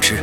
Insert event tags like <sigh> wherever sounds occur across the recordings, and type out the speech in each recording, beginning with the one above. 质。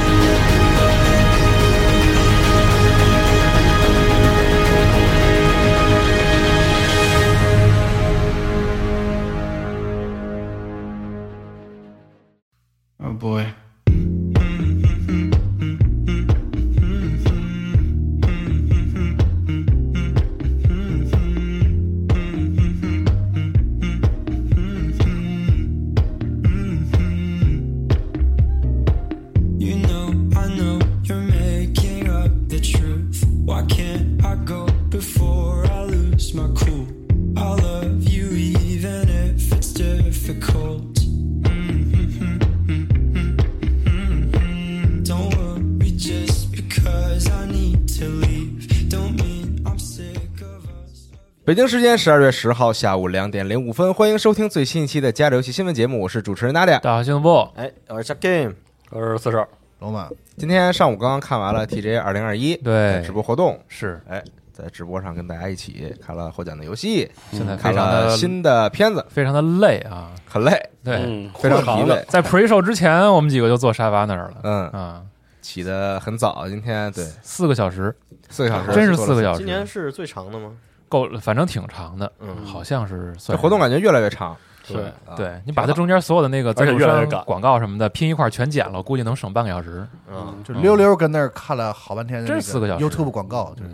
Oh boy. You know, I know you're making up the truth. Why can't I go before I lose my cool? I love you even if it's difficult. Mm-hmm, mm-hmm. Don't worry just because I need to leave. Don't mean I'm sick of us. 北京时间十二月十号下午两点零五分，欢迎收听最新一期的《加里游戏新闻节目》，我是主持人娜姐。大家兴不？哎，我是 Game。我是四少。龙马，今天上午刚刚看完了 TJ 二零二一对直播活动，是，哎，在直播上跟大家一起看了获奖的游戏，现在看非常的了新的嗯片子，非常的累啊。很累，对，非常疲惫，在 pre show 之前，我们几个就坐沙发那儿了。嗯啊，起得很早，今天对四个小时，四个小时，真是四个小时，今年是最长的吗？够了，反正挺长的，嗯好像是这算活动感觉越来越长，对啊，对你把它中间所有的那个赞助而且越来越商赶广告什么的拼一块全剪了，估计能省半个小时。嗯，就溜溜跟那儿看了好半天的那真是四个小时 YouTube 广告，就是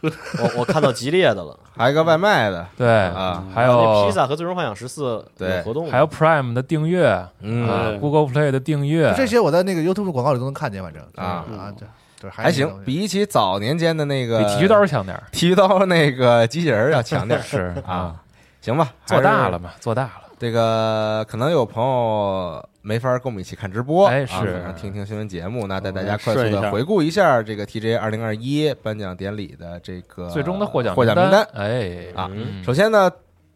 我我看到吉列的了，还有一个外卖的对，啊，还那有披萨和最终幻想十四对有活动，还有 Prime 的订阅啊嗯，Google Play 的订阅，这些我在那个 YouTube 广告里都能看见，反正啊啊，这这还还有那行，东西比起早年间的那个比剃须刀强点儿。剃须刀那个机器人儿要强点儿 <laughs> 是啊，行吧，做大还是了嘛，做大了。这个可能有朋友没法跟我们一起看直播，哎啊是可能听听新闻节目，那带大家嗯快速顺一的下回顾一下这个 TJ 二零二一颁奖典礼的这个最终的获奖获奖名名单。哎啊嗯首先呢，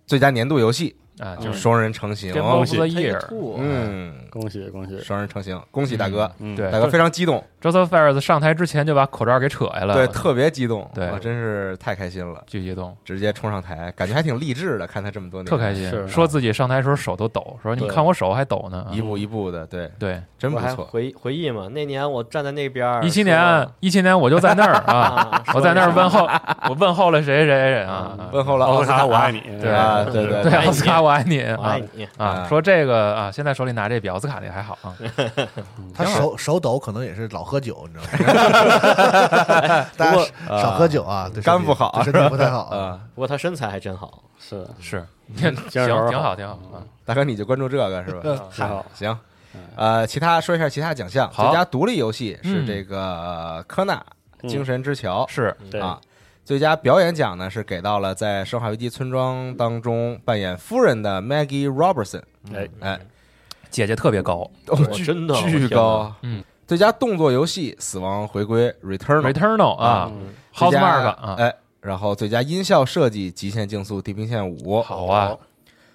最佳年度游戏啊，就就是是双人成行， Game of 喜 the 黑 Year，兔，嗯，恭喜恭喜，双人成行，恭喜大哥，嗯，对大哥非常激动， Joseph Fares 上台之前就把口罩给扯下来对，了，特别激动，嗯对我真是太开心了，巨激动，直接冲上台，感觉还挺励志的，看他这么多年，特开心，是说自己上台的时候手都抖，说你们对看我手还抖呢。啊一步一步的，对，对，真我不还错，回回忆嘛，那年我站在那边儿，一七说年啊一七年我就在那儿啊啊，我在那儿问候，我问候了谁谁谁啊，问候了奥斯卡，我爱你，你，对啊，对对对，爱你奥斯卡我爱你我爱啊你，啊，嗯说这个啊，现在手里拿这比奥斯卡那还好啊，他挺好手手抖，可能也是老喝酒，你知道吗？大家不过少少喝酒啊，对身体肝不好啊对身体不太好啊。啊，不过他身材还真好，是是，行，精神好挺好，挺好啊，大哥你就关注这个是吧？挺好，行，呃，其他说一下其他奖项，好最佳独立游戏是嗯这个呃科纳《嗯精神之桥是，对》啊，最佳表演奖呢是给到了在《生化危机：村庄》当中扮演夫人的 Maggie Robertson，哎，哎，姐姐特别高哦我真的巨高啊，嗯。最佳动作游戏《死亡回归》（Returnal）， ，Returnal 啊嗯最佳，Housemark 啊，哎，然后最佳音效设计《极限竞速：地平线五》，好啊，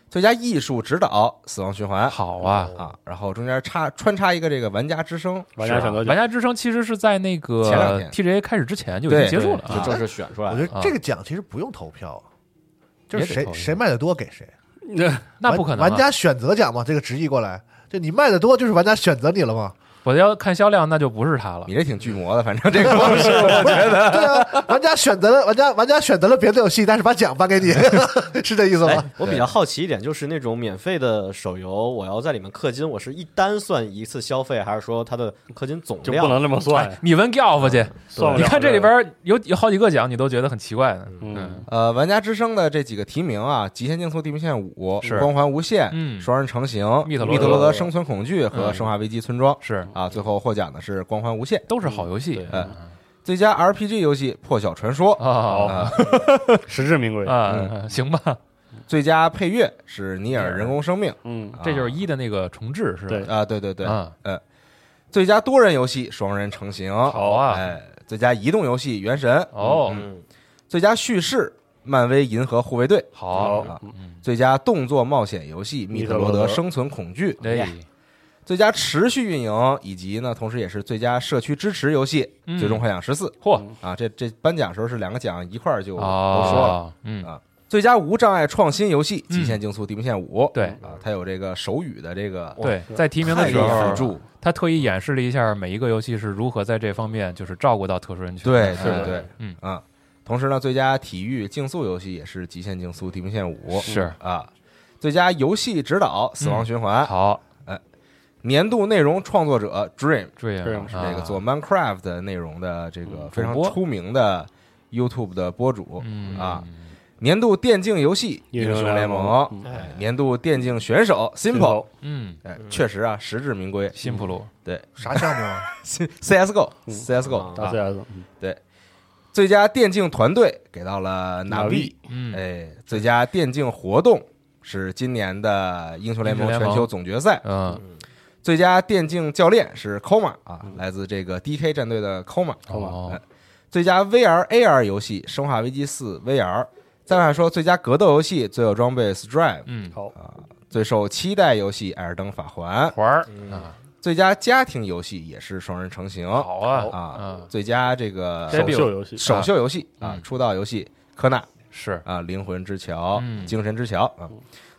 最佳艺术指导《死亡循环》好啊，啊，然后中间插穿插一个这个玩家之声，玩家选择啊玩家之声其实是在那个前两天 TGA 开始之前就已经对结束了就啊，正式选出来我了，觉得这个奖其实不用投票，就也是得谁投一下谁卖的多给谁。那 <laughs> 那玩不可能啊，玩家选择奖嘛，这个直译过来，就你卖的多就是玩家选择你了嘛。我要看销量，那就不是他了你。这挺巨魔的，反正这个方 <laughs> 式我觉得对啊，玩家选择了玩家玩家选择了别的游戏，但是把奖颁给你， <laughs> 是这意思吗哎？，我比较好奇一点，就是那种免费的手游，我要在里面氪金，我是一单算一次消费，还是说它的氪金总就不量？能这么算哎，你问 Golf 去，算嗯不了你看这里边有有好几个奖，你都觉得很奇怪呢。嗯，呃，玩家之声的这几个提名啊，《极限竞速：地平线五》、是《光环无限》、嗯双人成行》、《密密特特罗德罗德生存恐惧》和《嗯生化危机：村庄》是，啊，最后获奖的是《光环无限》。都是好游戏呃，嗯最佳 RPG 游戏《破晓传说》啊啊，实至名归。嗯啊，行吧，最佳配乐是《尼尔：人工生命》嗯，啊，这就是一的那个重置是吧？对啊，对对对，啊，最佳多人游戏《双人成行》，好啊，哎，最佳移动游戏《原神》，哦，嗯，最佳叙事《漫威银河护卫队》，好，啊嗯，最佳动作冒险游戏《密密特特罗罗德德生存恐惧》，对，最佳持续运营，以及呢，同时也是最佳社区支持游戏嗯《最终幻想十四》嚯，嗯啊，这这颁奖时候是两个奖一块儿就都哦，说了。，啊嗯，最佳无障碍创新游戏《极嗯限竞速：地平线五》，对啊，它有这个手语的这个对，在提名的泰时语辅候，助，他特意演示了一下每一个游戏是如何在这方面就是照顾到特殊人群。对哎对对，嗯啊。同时呢，最佳体育竞速游戏也是《极限竞速：地平线五》是嗯啊，最佳游戏指导《死亡循环》，好，年度内容创作者 Dream 这样啊是是这个做 Minecraft 内容的这个非常嗯主播出名的 YouTube 的博主嗯啊，，年度电竞游戏《英雄联盟》英雄联盟哎，年度电竞选手 Simple，嗯，哎，确实啊，实至名归。新普鲁对啥项目啊？嗯 CSGO，CSGO 大 CS，嗯啊最佳电竞团队给到了纳 Navi，嗯，哎，最佳电竞活动是今年的英雄联盟英雄联盟全球总决赛，嗯，最佳电竞教练是 Koma 啊，来自这个 DK 战队的 Koma。哦，最佳 VR AR 游戏《生化危机四 VR》，再往下说最佳格斗游戏最有装备 Strive，嗯，好，最受期待游戏《艾尔登法环》，环儿嗯啊最佳家庭游戏也是双人成行好啊，啊嗯，最佳这个这首秀游戏，首秀游戏啊啊嗯出道游戏科纳是啊灵魂之桥嗯精神之桥啊。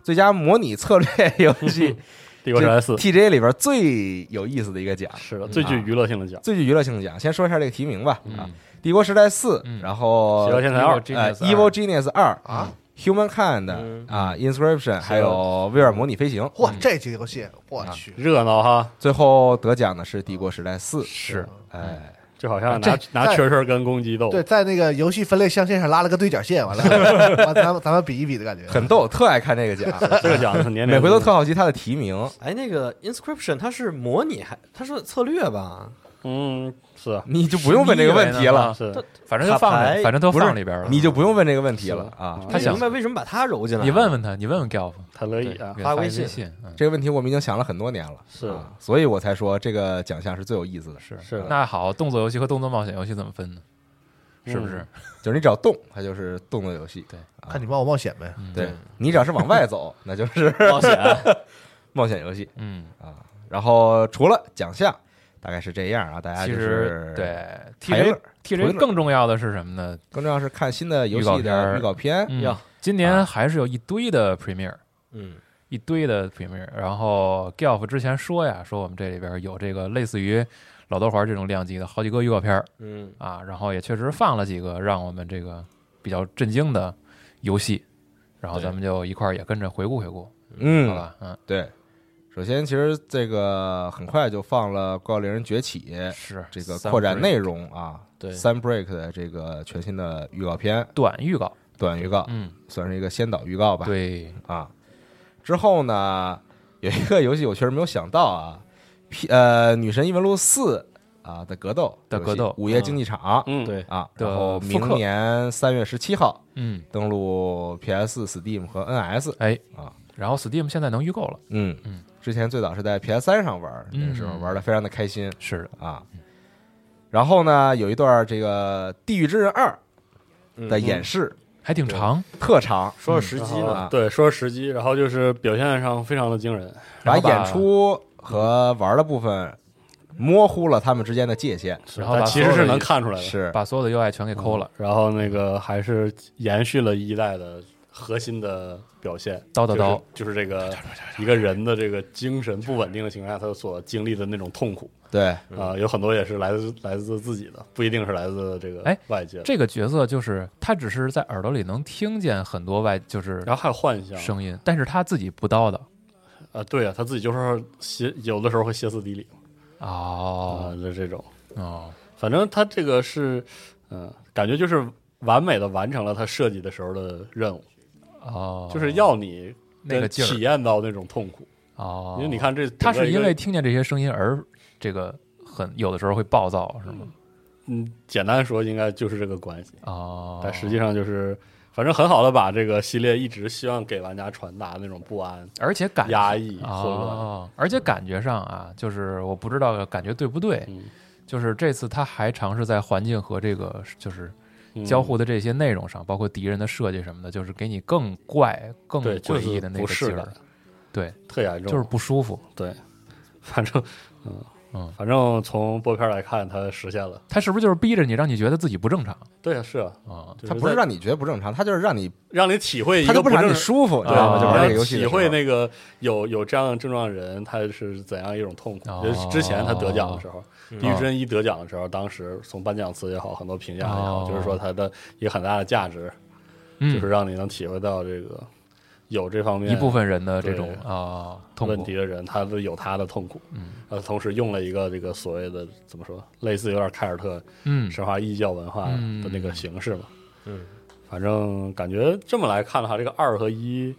最佳模拟策略 <laughs> 游戏嗯帝国时代四 TJ 里边最有意思的一个奖，是的，最具娱乐性的奖，最具娱乐性的奖。先说一下这个提名吧啊，嗯《帝国时代四嗯》，然后邪恶天才二呃 Genius 二，Evil Genius 二啊，Humankind 嗯啊，Inscription，还有威尔模拟飞行。嚯，这几个游戏，我去，热闹哈，最后得奖的是《帝国时代四》，是，哎，就好像拿这拿蛐蛐跟公鸡斗，对，在那个游戏分类象限上拉了个对角线，完了，完咱们咱们比一比的感 <laughs> 觉，很逗，特爱看这个奖， <laughs> 这个奖是年年每回都特好奇它的提名。哎，那个 inscription 它是模拟还它是策略吧？嗯是啊你就不用问这个问题了，是它反正就放里，反正都放里边了。你就不用问这个问题了啊！他他想想明白为什么把它揉进来？你问问他，你问问 Golf，他嗯乐意啊给，发一微微信信，嗯，这个问题我们已经想了很多年了，是啊，所以我才说这个奖项是最有意思的，是是的那好，动作游戏和动作冒险游戏怎么分呢？是不是？就是你只要动，它就是动作游戏；看你冒不冒险呗。嗯嗯对你只要是往外走，那就是 <laughs> 冒 <laughs> 险，冒险游戏。嗯，然后除了奖项，大概是这样啊，大家其就实是，对排乐 TJ 儿 TJ 更重要的是什么呢？更重要是看新的游戏预告片的儿预告片，嗯呀，今啊年还是有一堆的 Premiere，嗯，一堆的 Premiere。然后 Golf 之前说呀，说我们这里边有这个类似于老头环这种量级的好几个预告片儿嗯，啊，然后也确实放了几个让我们这个比较震惊的游戏，然后对咱们就一块儿也跟着回顾回顾，好嗯，吧？嗯，对。首先，其实这个很快就放了《怪物猎人崛起》是这个三扩展部内容啊，对，Sunbreak 的这个全新的预告片短预告，短预告，嗯，算是一个先导预告吧。对，啊，之后呢， <laughs> 有一个游戏我确实没有想到啊，P 呃，《女神异闻录四》啊的格斗的游格戏斗午夜竞技场，嗯对，啊，的然后复刻明年三月十七号嗯，登陆 PS、Steam 和 NS。哎啊，然后 Steam 现在能预购了，嗯嗯，之前最早是在 PS 三上玩儿，那嗯个时候玩的非常的开心是的，啊。然后呢，有一段这个《地狱之刃二》嗯的演示还挺长，特长，啊说说时机然呢？后对，说是时机，然后就是表现上非常的惊人，把然后把演出和玩的部分模糊了他们之间的界限，是然后但把其所实有是嗯的能看出来的，是把所有的 UI 全给抠了，然后那个还是延续了一代的核心的表现，叨叨叨，就是就是这个一个人的这个精神不稳定的情况下，他所经历的那种痛苦，对，啊、有很多也是来自来自自己的，不一定是来自这个哎外界的。这个角色就是他只是在耳朵里能听见很多外就是然后还有幻象声音，但是他自己不叨叨。啊，对啊，他自己就是歇，有的时候会歇斯底里哦啊，就这种。哦，反正他这个是，嗯、感觉就是完美的完成了他设计的时候的任务，哦，就是要你那个劲体儿验到那种痛苦。哦，因为你看这，他是因为听见这些声音而这个很有的时候会暴躁，是吗？嗯，简单说应该就是这个关系，哦，但实际上就是。反正很好的把这个系列一直希望给玩家传达那种不安、而且感压抑、混乱，哦，而且感觉上啊，就是我不知道感觉对不对，嗯就是这次他还尝试在环境和这个就是嗯交互的这些内容上，包括敌人的设计什么的，就是给你更怪、更对就诡是异的那不个适劲儿感，对，特严重，就是不舒服。对，反正，嗯嗯反正从播片来看，它实现了。他是不是就是逼着你，让你觉得自己不正常对啊，是啊，啊？就他是不是在让你觉得不正常，他就是让你，让你体会一他个就不正让你舒服，你对知道吗？啊就玩这个游戏的哦体时候会那个有有这样症状的人他是怎样一种痛苦。哦就是之前他得奖的时候，嗯《地狱之刃一》得奖的时候，当时从颁奖词也好，很多评价也好，哦就是说它的一个很大的价值，就嗯是，让你能体会到这个有这方面一部分人的这种对啊痛问苦题的人，他的有他的痛苦，嗯，呃，同时用了一个这个所谓的怎么说，类似有点凯尔特嗯，神话异教文化的那个形式嘛，嗯，反正感觉这么来看的话，这个二和一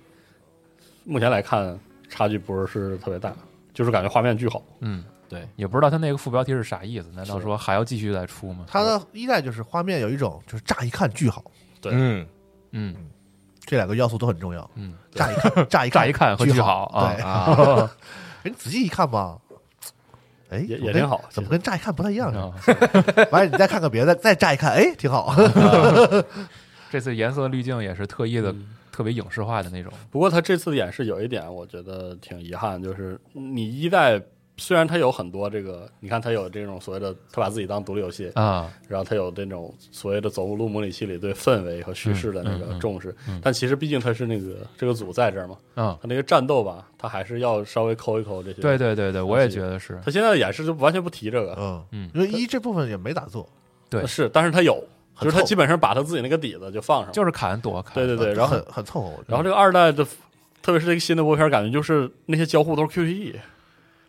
目前来看差距不是特别大，就是感觉画面巨好，嗯，对，也不知道他那个副标题是啥意思，难道是说还要继续再出吗？它的一代就是画面有一种就是乍一看巨好，对嗯，嗯这两个要素都很重要。嗯，乍一看，乍一看，乍一看和巨巨好啊对，啊 <laughs> 哎你仔细一看吧，哎，也怎么跟也挺好怎么跟乍一看不太一样似的？啊！ <laughs> 完了，你再看看别的，再乍一看，哎，挺好。 <laughs> 这次颜色滤镜也是特意的，特别影视化的那种。不过他这次的演示有一点，我觉得挺遗憾，就是你一代虽然他有很多这个，你看他有这种所谓的，他把自己当独立游戏，啊，然后他有这种所谓的走入模拟器里对氛围和叙事的那嗯嗯个嗯重视，但其实毕竟他是那个这个组在这儿嘛，嗯，他那个战斗吧，他还是要稍微抠一抠这些。对，对对对，我也觉得是，他现在的演示就完全不提这个， <laughs> 嗯嗯因为一这部分也没咋做，对是，但是他有，很就是他凑基本上把他自己那个底子就放上了，就是砍躲砍。对对对，很然后很很凑合。然后这个二代的，特别是这个新的播片，感觉就是那些交互都是 QTE，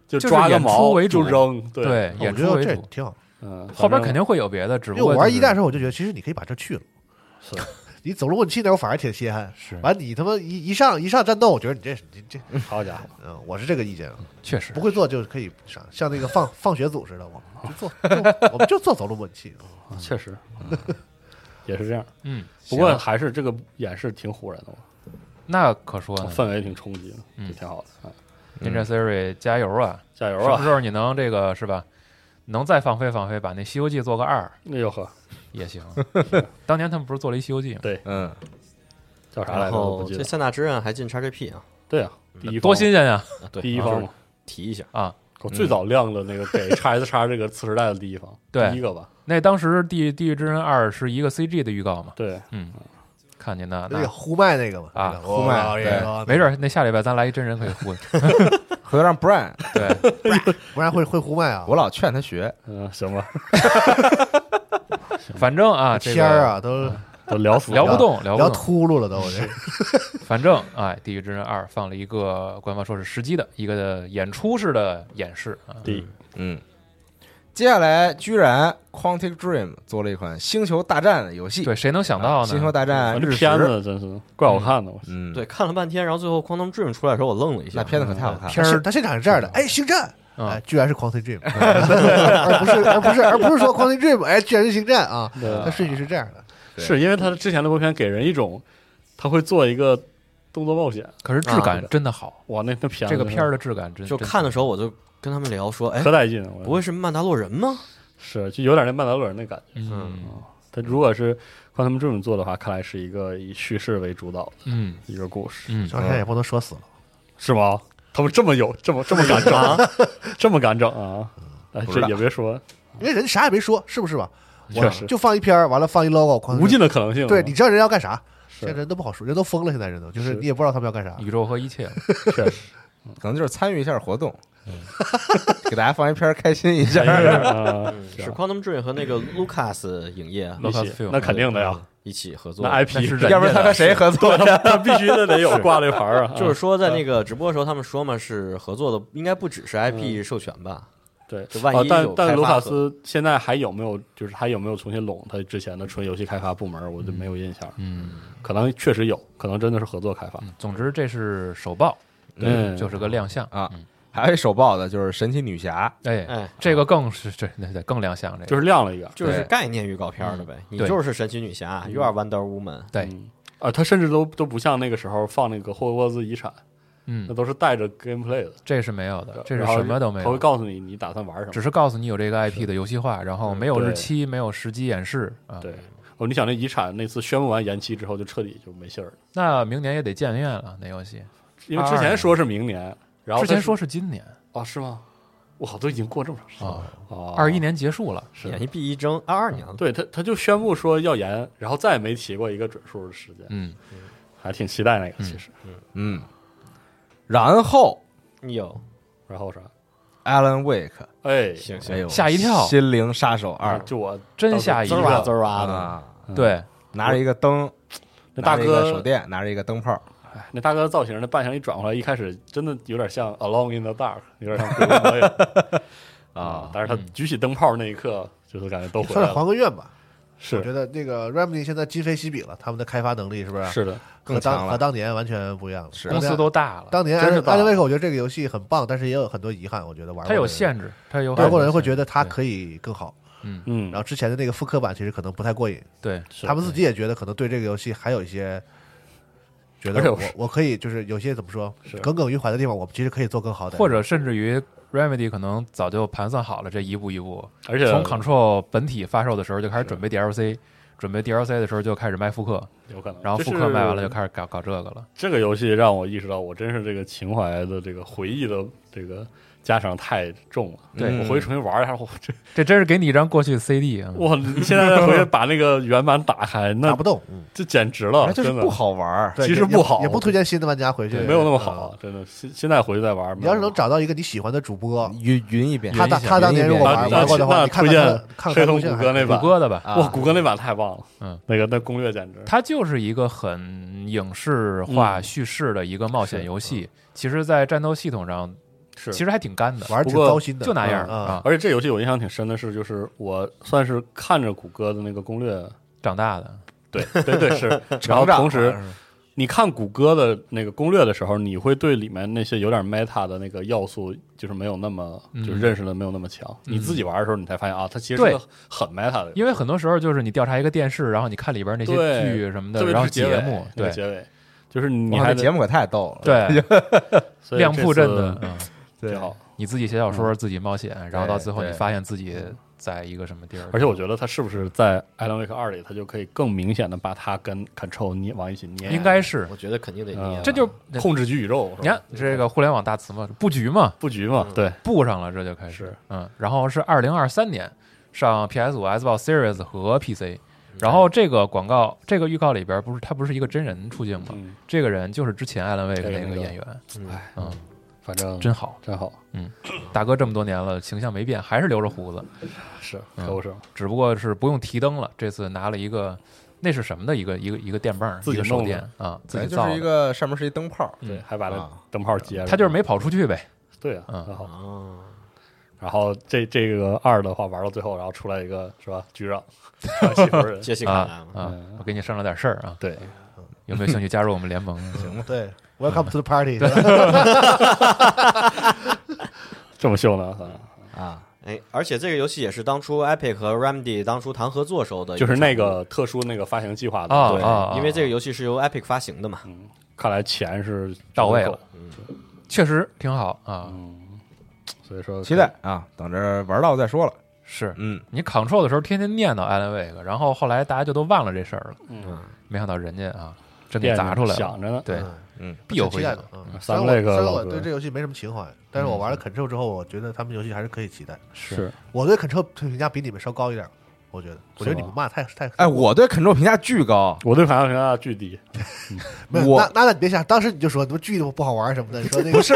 就抓就是个演出毛为主就扔，对，对，我演觉出得为这主，挺好，嗯，后边反正肯定会有别的，只因不为我过玩就一是代的时候，我就觉得其实你可以把这去了。是 <laughs> 你走入问期那会儿反而挺稀罕，是完你他妈一一上一上战斗，我觉得你这你 <laughs> 这，好家伙，嗯，我是这个意见，确实不会做就可以上，像那个 <laughs> 放放学组似的，我们就做，就我们就做走路问 <laughs> 期。啊确实嗯也是这样。嗯，不过行还是这个演示挺唬人的，那可说呢氛围挺冲击的，嗯就挺好的啊， ，Ninja Theory 加油啊！加油什么啊！时候你能这个是吧？能再放飞放飞，把那《西游记》做个二那又呵，也行。当年他们不是做了一《西游记》吗？嗯，叫啥来然着？我后不记这得。塞纳之刃还进 XGP 啊，对啊，第一方多新鲜呀！啊对，第一好像方是嘛，提一下，我最早亮的那个给 x S x 这个次时代的第一方，嗯 <laughs> 对第一个吧，那当时《地地狱之刃二》是一个 CG 的预告嘛？对，嗯，看见那哎那那个呼麦那个嘛，那啊个哦呼麦哇对那个没事儿，那下礼拜咱来一真人可以 <laughs> 呼。回头让 Brian，对，不然会会呼麦啊，我老劝他学，嗯，行吧，反正啊，这天个儿啊都都聊死聊不动，聊不聊动。秃噜了都，我这反正哎，《地狱之刃二》放了一个官方说是时机的一个演出式的演示啊，第一，嗯。接下来居然 Quantic Dream 做了一款《星球大战》的游戏，对，谁能想到星球呢？啊大战我》这日片食，子真是怪好看的，我嗯，对，，看了半天，然后最后 Quantum Dream 出来的时候，我愣了一那下，片子可太好看了，片儿他现场是这样的，哎，星战，啊嗯哎，居然是 Quantic Dream，而不是而不是而不是说 Quantic Dream，哎，居然是星战啊，嗯对它顺序是这样的，对是因为他之前的播片给人一种他会做一个动作冒险，可啊是质感真的好，哇，那那片这个片儿的质感真就看的时候我就跟他们聊说，哎可，带劲了，我不会是曼达洛人吗？是就有点那曼达洛人的感觉。啊嗯他如果是看他们这种做的话，看来是一个以叙事为主导的嗯一个故事，嗯，张天也不能说死了，是吗？他们这么有这么这么敢整啊，这么敢整啊！哎，不知这道也别说，因为人啥也没说，是不是吧？我确实就放一片儿，完了放一 logo，无尽的可能性。啊对你知道人要干啥？是现在人都不好说，人都疯了，现在人都就是是你也不知道他们要干啥。宇宙和一切，确实可能就是参与一下活动， <laughs> 给大家放一片儿开心一下。啊 <laughs> 是 Quantum Dream 和那个 Lucas 影业那一起那肯定的呀，一起合作那。IP <laughs> 是人要不然他和谁合作？啊他他必须得得有挂这牌儿啊，就是说，在那个直播的时候，他们说嘛，是合作的，应该不只是 IP 授权吧？对就万一啊但有开但卢发卡合斯现在还有没有就是还有没有重新拢他之前的纯游戏开发部门儿？我就没有印象，嗯，可能确实有，可能真的是合作开发。总之这是首曝，嗯就是个亮相啊嗯还有一首爆的就是神奇女侠，哎，哎，这个更是这那得更亮相，这个就是亮了一个，就是对概念预告片儿了呗。你对就是神奇女侠，You are Wonder Woman。对嗯啊，他甚至都都不像那个时候放那个霍格沃兹遗产，那嗯，都是带着 gameplay 的，这是没有的，这是呃然后什么都没他会有。告诉你你打算玩什只么。嗯是告诉你有这个 IP 的游戏化，然后没有日期，没有时机演示啊。对，哦，你想那遗产那次宣布完延期之后就彻底就没信儿了，那明年也得见面了，那游戏因为之前说是明年，然后之他前说是今年哦是吗？哇，都已经过这么长时间啊了，，哦二一年结束了，是眼一闭一睁，二二年了。对他，他就宣布说要延，然后再也没提过一个准数的时间，嗯，还挺期待那个其实。嗯，然后有然后啥？ Alan Wake，哎，行哎行，呦，吓一跳心灵杀手啊二就我真吓一滋儿哇跳，滋儿哇的，啊，对，拿着一个灯，那拿大着一个手哥，电，拿着一个灯泡，哎那大哥的造型，那扮相一转过来，一开始真的有点像《Along in the Dark》，有点像《鬼屋魔影》啊。但是他举起灯泡那一刻，就是感觉都回算来是了，还个愿吧。我是觉得那个 Remedy 现在今非昔比了，他们的开发能力是不是是的，和更强当和了。当年完全不一样了？是公司都大了，当年真是 Alan 大 Alan Wake，我觉得这个游戏很棒，但是也有很多遗憾。我觉得玩它过有的人限制，它有很玩多过的人会觉限制得它可以更好。嗯然，后之前的那个复刻版其实可能不太过瘾，对，是嗯他们自己也觉得可能对这个游戏还有一些觉而且得我我我可以就是有些怎么说是耿耿于怀的地方，我们其实可以做更好的。或者甚至于 Remedy 可能早就盘算好了这一步一步，而且从 Control 本体发售的时候就开始准备 DLC，准备 DLC 的时候就开始卖复刻，有可能，然后复就是刻卖完了就开始搞搞这个了。这个游戏让我意识到，我真是这个情怀的这个回忆的这个加成太重了。对我回去重新玩一下，我这这真是给你一张过去的 CD 啊！哇，你现在再回去把那个原版打开，打那不动，嗯这简直反了，哎正就真是的不好玩儿，对其实也不好也不推荐新的玩家回去，没有那么嗯。好，啊真的。现现在回去再玩，你要没是有能找到一个你喜欢的主播，云云一遍。他当他当年如果那云一遍玩那玩过的话，那你看推看他荐的看黑铜看动谷静还歌那谷版，歌的吧，哇，谷歌那版太棒了，嗯，那个那攻略简直它就是一个很影视嗯化叙事的一个冒险游戏。其实，在战斗系统上，啊是其实还挺干的，玩儿不挺过糟心的，就那样嗯嗯啊，而且这游戏我印象挺深的是，就是我算是看着谷歌的那个攻略，长大的。对对对 <laughs> 是，然后成长同时了你看谷歌的那个攻略的时候，你会对里面那些有点 meta 的那个要素，就是没有那么嗯就是认识的没有那么强。嗯你自己玩的时候，你才发现啊，它其实是对个很 meta 的，因为很多时候就是你调查一个电视，然后你看里边那些对剧什么特的，别然后是结节尾目，那个对结尾，就是你哇还那得节目可太逗了。对，所以亮这铺次嗯阵的，嗯最好。你自己写小说，自己冒险，然后到最后你对发现自己在一个什么地儿，而且我觉得它是不是在《艾伦威克二》里，它就可以更明显的把它跟 Control 捏往一起捏，应该是我觉得肯定得嗯捏。这就控制局宇宙。你看这个互联网大词嘛，布局嘛，布局嘛，对，布上了，这就开始是，嗯，然后是二零二三年上 PS 五、Xbox Series 和 PC，然嗯后这个广告、这个预告里边不是他不是一个真人出镜吗？嗯，这个人就是之前艾伦·威克这个那那个个演员，哎，嗯，反正真好，真好，大哥这么多年了，形象没变，还是留着胡子，是嗯可不是吗只不过是不用提灯了，这次拿了一个那是什么的一个一个一个电棒，自己一个手弄的哎电啊，自反己正造就是的一，个上面是一灯泡，对，还把那啊灯泡接上，嗯他就是没跑出去呗，对啊，嗯很好。啊，然后这这个二的话玩到最后，然后出来一个是吧，局长，媳妇 <laughs> 人，杰西卡来啊了，啊嗯，我给你商量点事儿啊，对，有没有兴趣加入我们联盟？对，Welcome to the party， <laughs> 这么秀呢，哎，而且这个游戏也是当初 Epic 和 Remedy 当初谈合作时候的一嗯产物，就是那个特殊那个发行计划的，啊对啊，因为这个个游戏是由 Epic 发行的嘛，看来钱是到位够嗯了，确实挺好啊，所以说期待啊，等着玩到再说了。是嗯，你 Control 的时候天天念叨 Alan Wake，然后后来大家就都忘了这事儿了。嗯，没想到人家啊，真给惦着砸出来了。想着呢，对，嗯，必有期回待响的。。嗯嗯虽咱们然我那个虽然老我哥对这游戏没什么情怀，但是我玩了 Control 之后，我觉得他们游戏还是可以期待。是我对 Control 评价比你们稍高一点，我觉得，我觉得你们骂太太哎，我对 Control 评价巨高，我对反向评价巨低，没有我那那那你别想，当时你就说什么剧都不好玩什么的，说那个 <laughs> 不是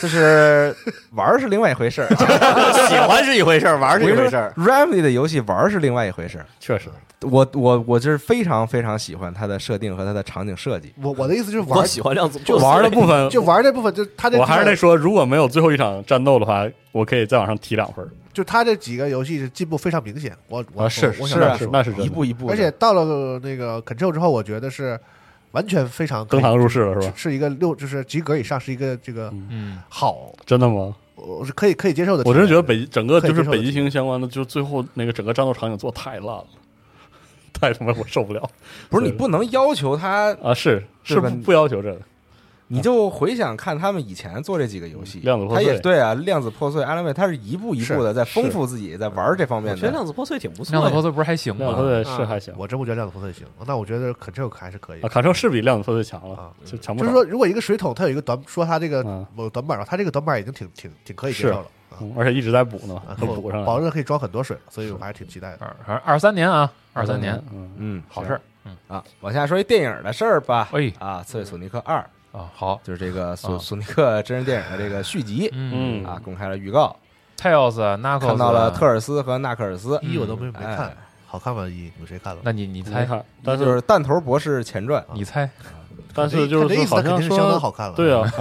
就是玩儿是另外一回事儿啊。 <laughs> 喜欢是一回事儿，玩儿是一回事儿。 r a m i 的游戏玩儿是另外一回事儿。确实我我我就是非常非常喜欢它的设定和它的场景设计。我我的意思就是玩我喜欢量子，就玩的部 <laughs> 分，就玩这部分，就他这我还是那得说，如果没有最后一场战斗的话，我可以再往上提两分。就他这几个游戏进步非常明显，我我啊是我我是想啊这么说那是真的一步一步的，而且到了那个 Control 之后，我觉得是完全非常可以登堂入室了是吧？是一个六就是及格以上，是一个这个嗯，好，真的吗？我是可以可以接受的体我验。真觉得北整个可以就是接受北的极星相关的，就最后那个整个战斗场景做太烂了，太他妈我受不了不是你不能要求它，啊！是对是吧不不要求这个，你就回想看他们以前做这几个游戏，量子破它碎也对啊，量子破碎、a l a m 它是一步一步的在丰富自己，在玩儿这方面我觉得的。量子破碎挺不错量子破的。碎不是还行量吗子？破碎啊是还行我真不觉得量子破碎行。那我觉得 Control 还是可以啊，。卡车是比量子破碎强了啊，就强不就少是说，如果一个水桶它有一个短，说它这个嗯某短板，它这个短板已经挺挺挺可以接受了啊嗯而且一直在补呢啊，，都补上保了。证可以装很多水，所以我还是挺期待的。二二二三年啊，二三年，，嗯，嗯，好事儿啊，往下说一电影的事儿吧。哎啊，《刺猬索尼克二》啊，好，就是这个索啊索尼克真人电影的这个续集嗯嗯啊，公开了预告， ，Tails、Knuckles 看到了特，尔斯和纳克尔斯，一我都没没哎看，好看吗？一你们谁看了？那你你猜没，看，但就是是弹头博士前传。你猜，但这是就这意是思那好肯像定是相当说好看了。哦对啊， <laughs>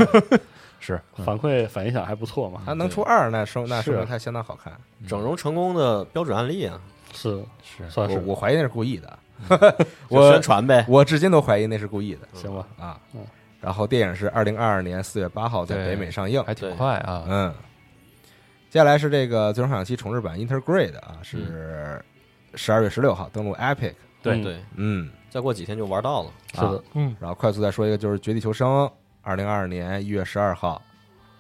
是反馈反应响还不错嘛，嗯它能出二，那说那说是明它相当好看。整容成功的标准案例啊，嗯是是算我是我怀疑那是故意的，就 <laughs> 我宣传呗。嗯我至今都怀疑那是故意的行吧，啊嗯。然后电影是二零二二年四月八号在对北美上映，还挺快啊，嗯。接下来是这个《最终幻想七》重制版 Intergrade 啊，是十二月十六号登陆 Epic，对，对，嗯，再过几天就玩到了。是的，嗯，然后快速再说一个，就是《绝地求生》，二零二二年一月十二号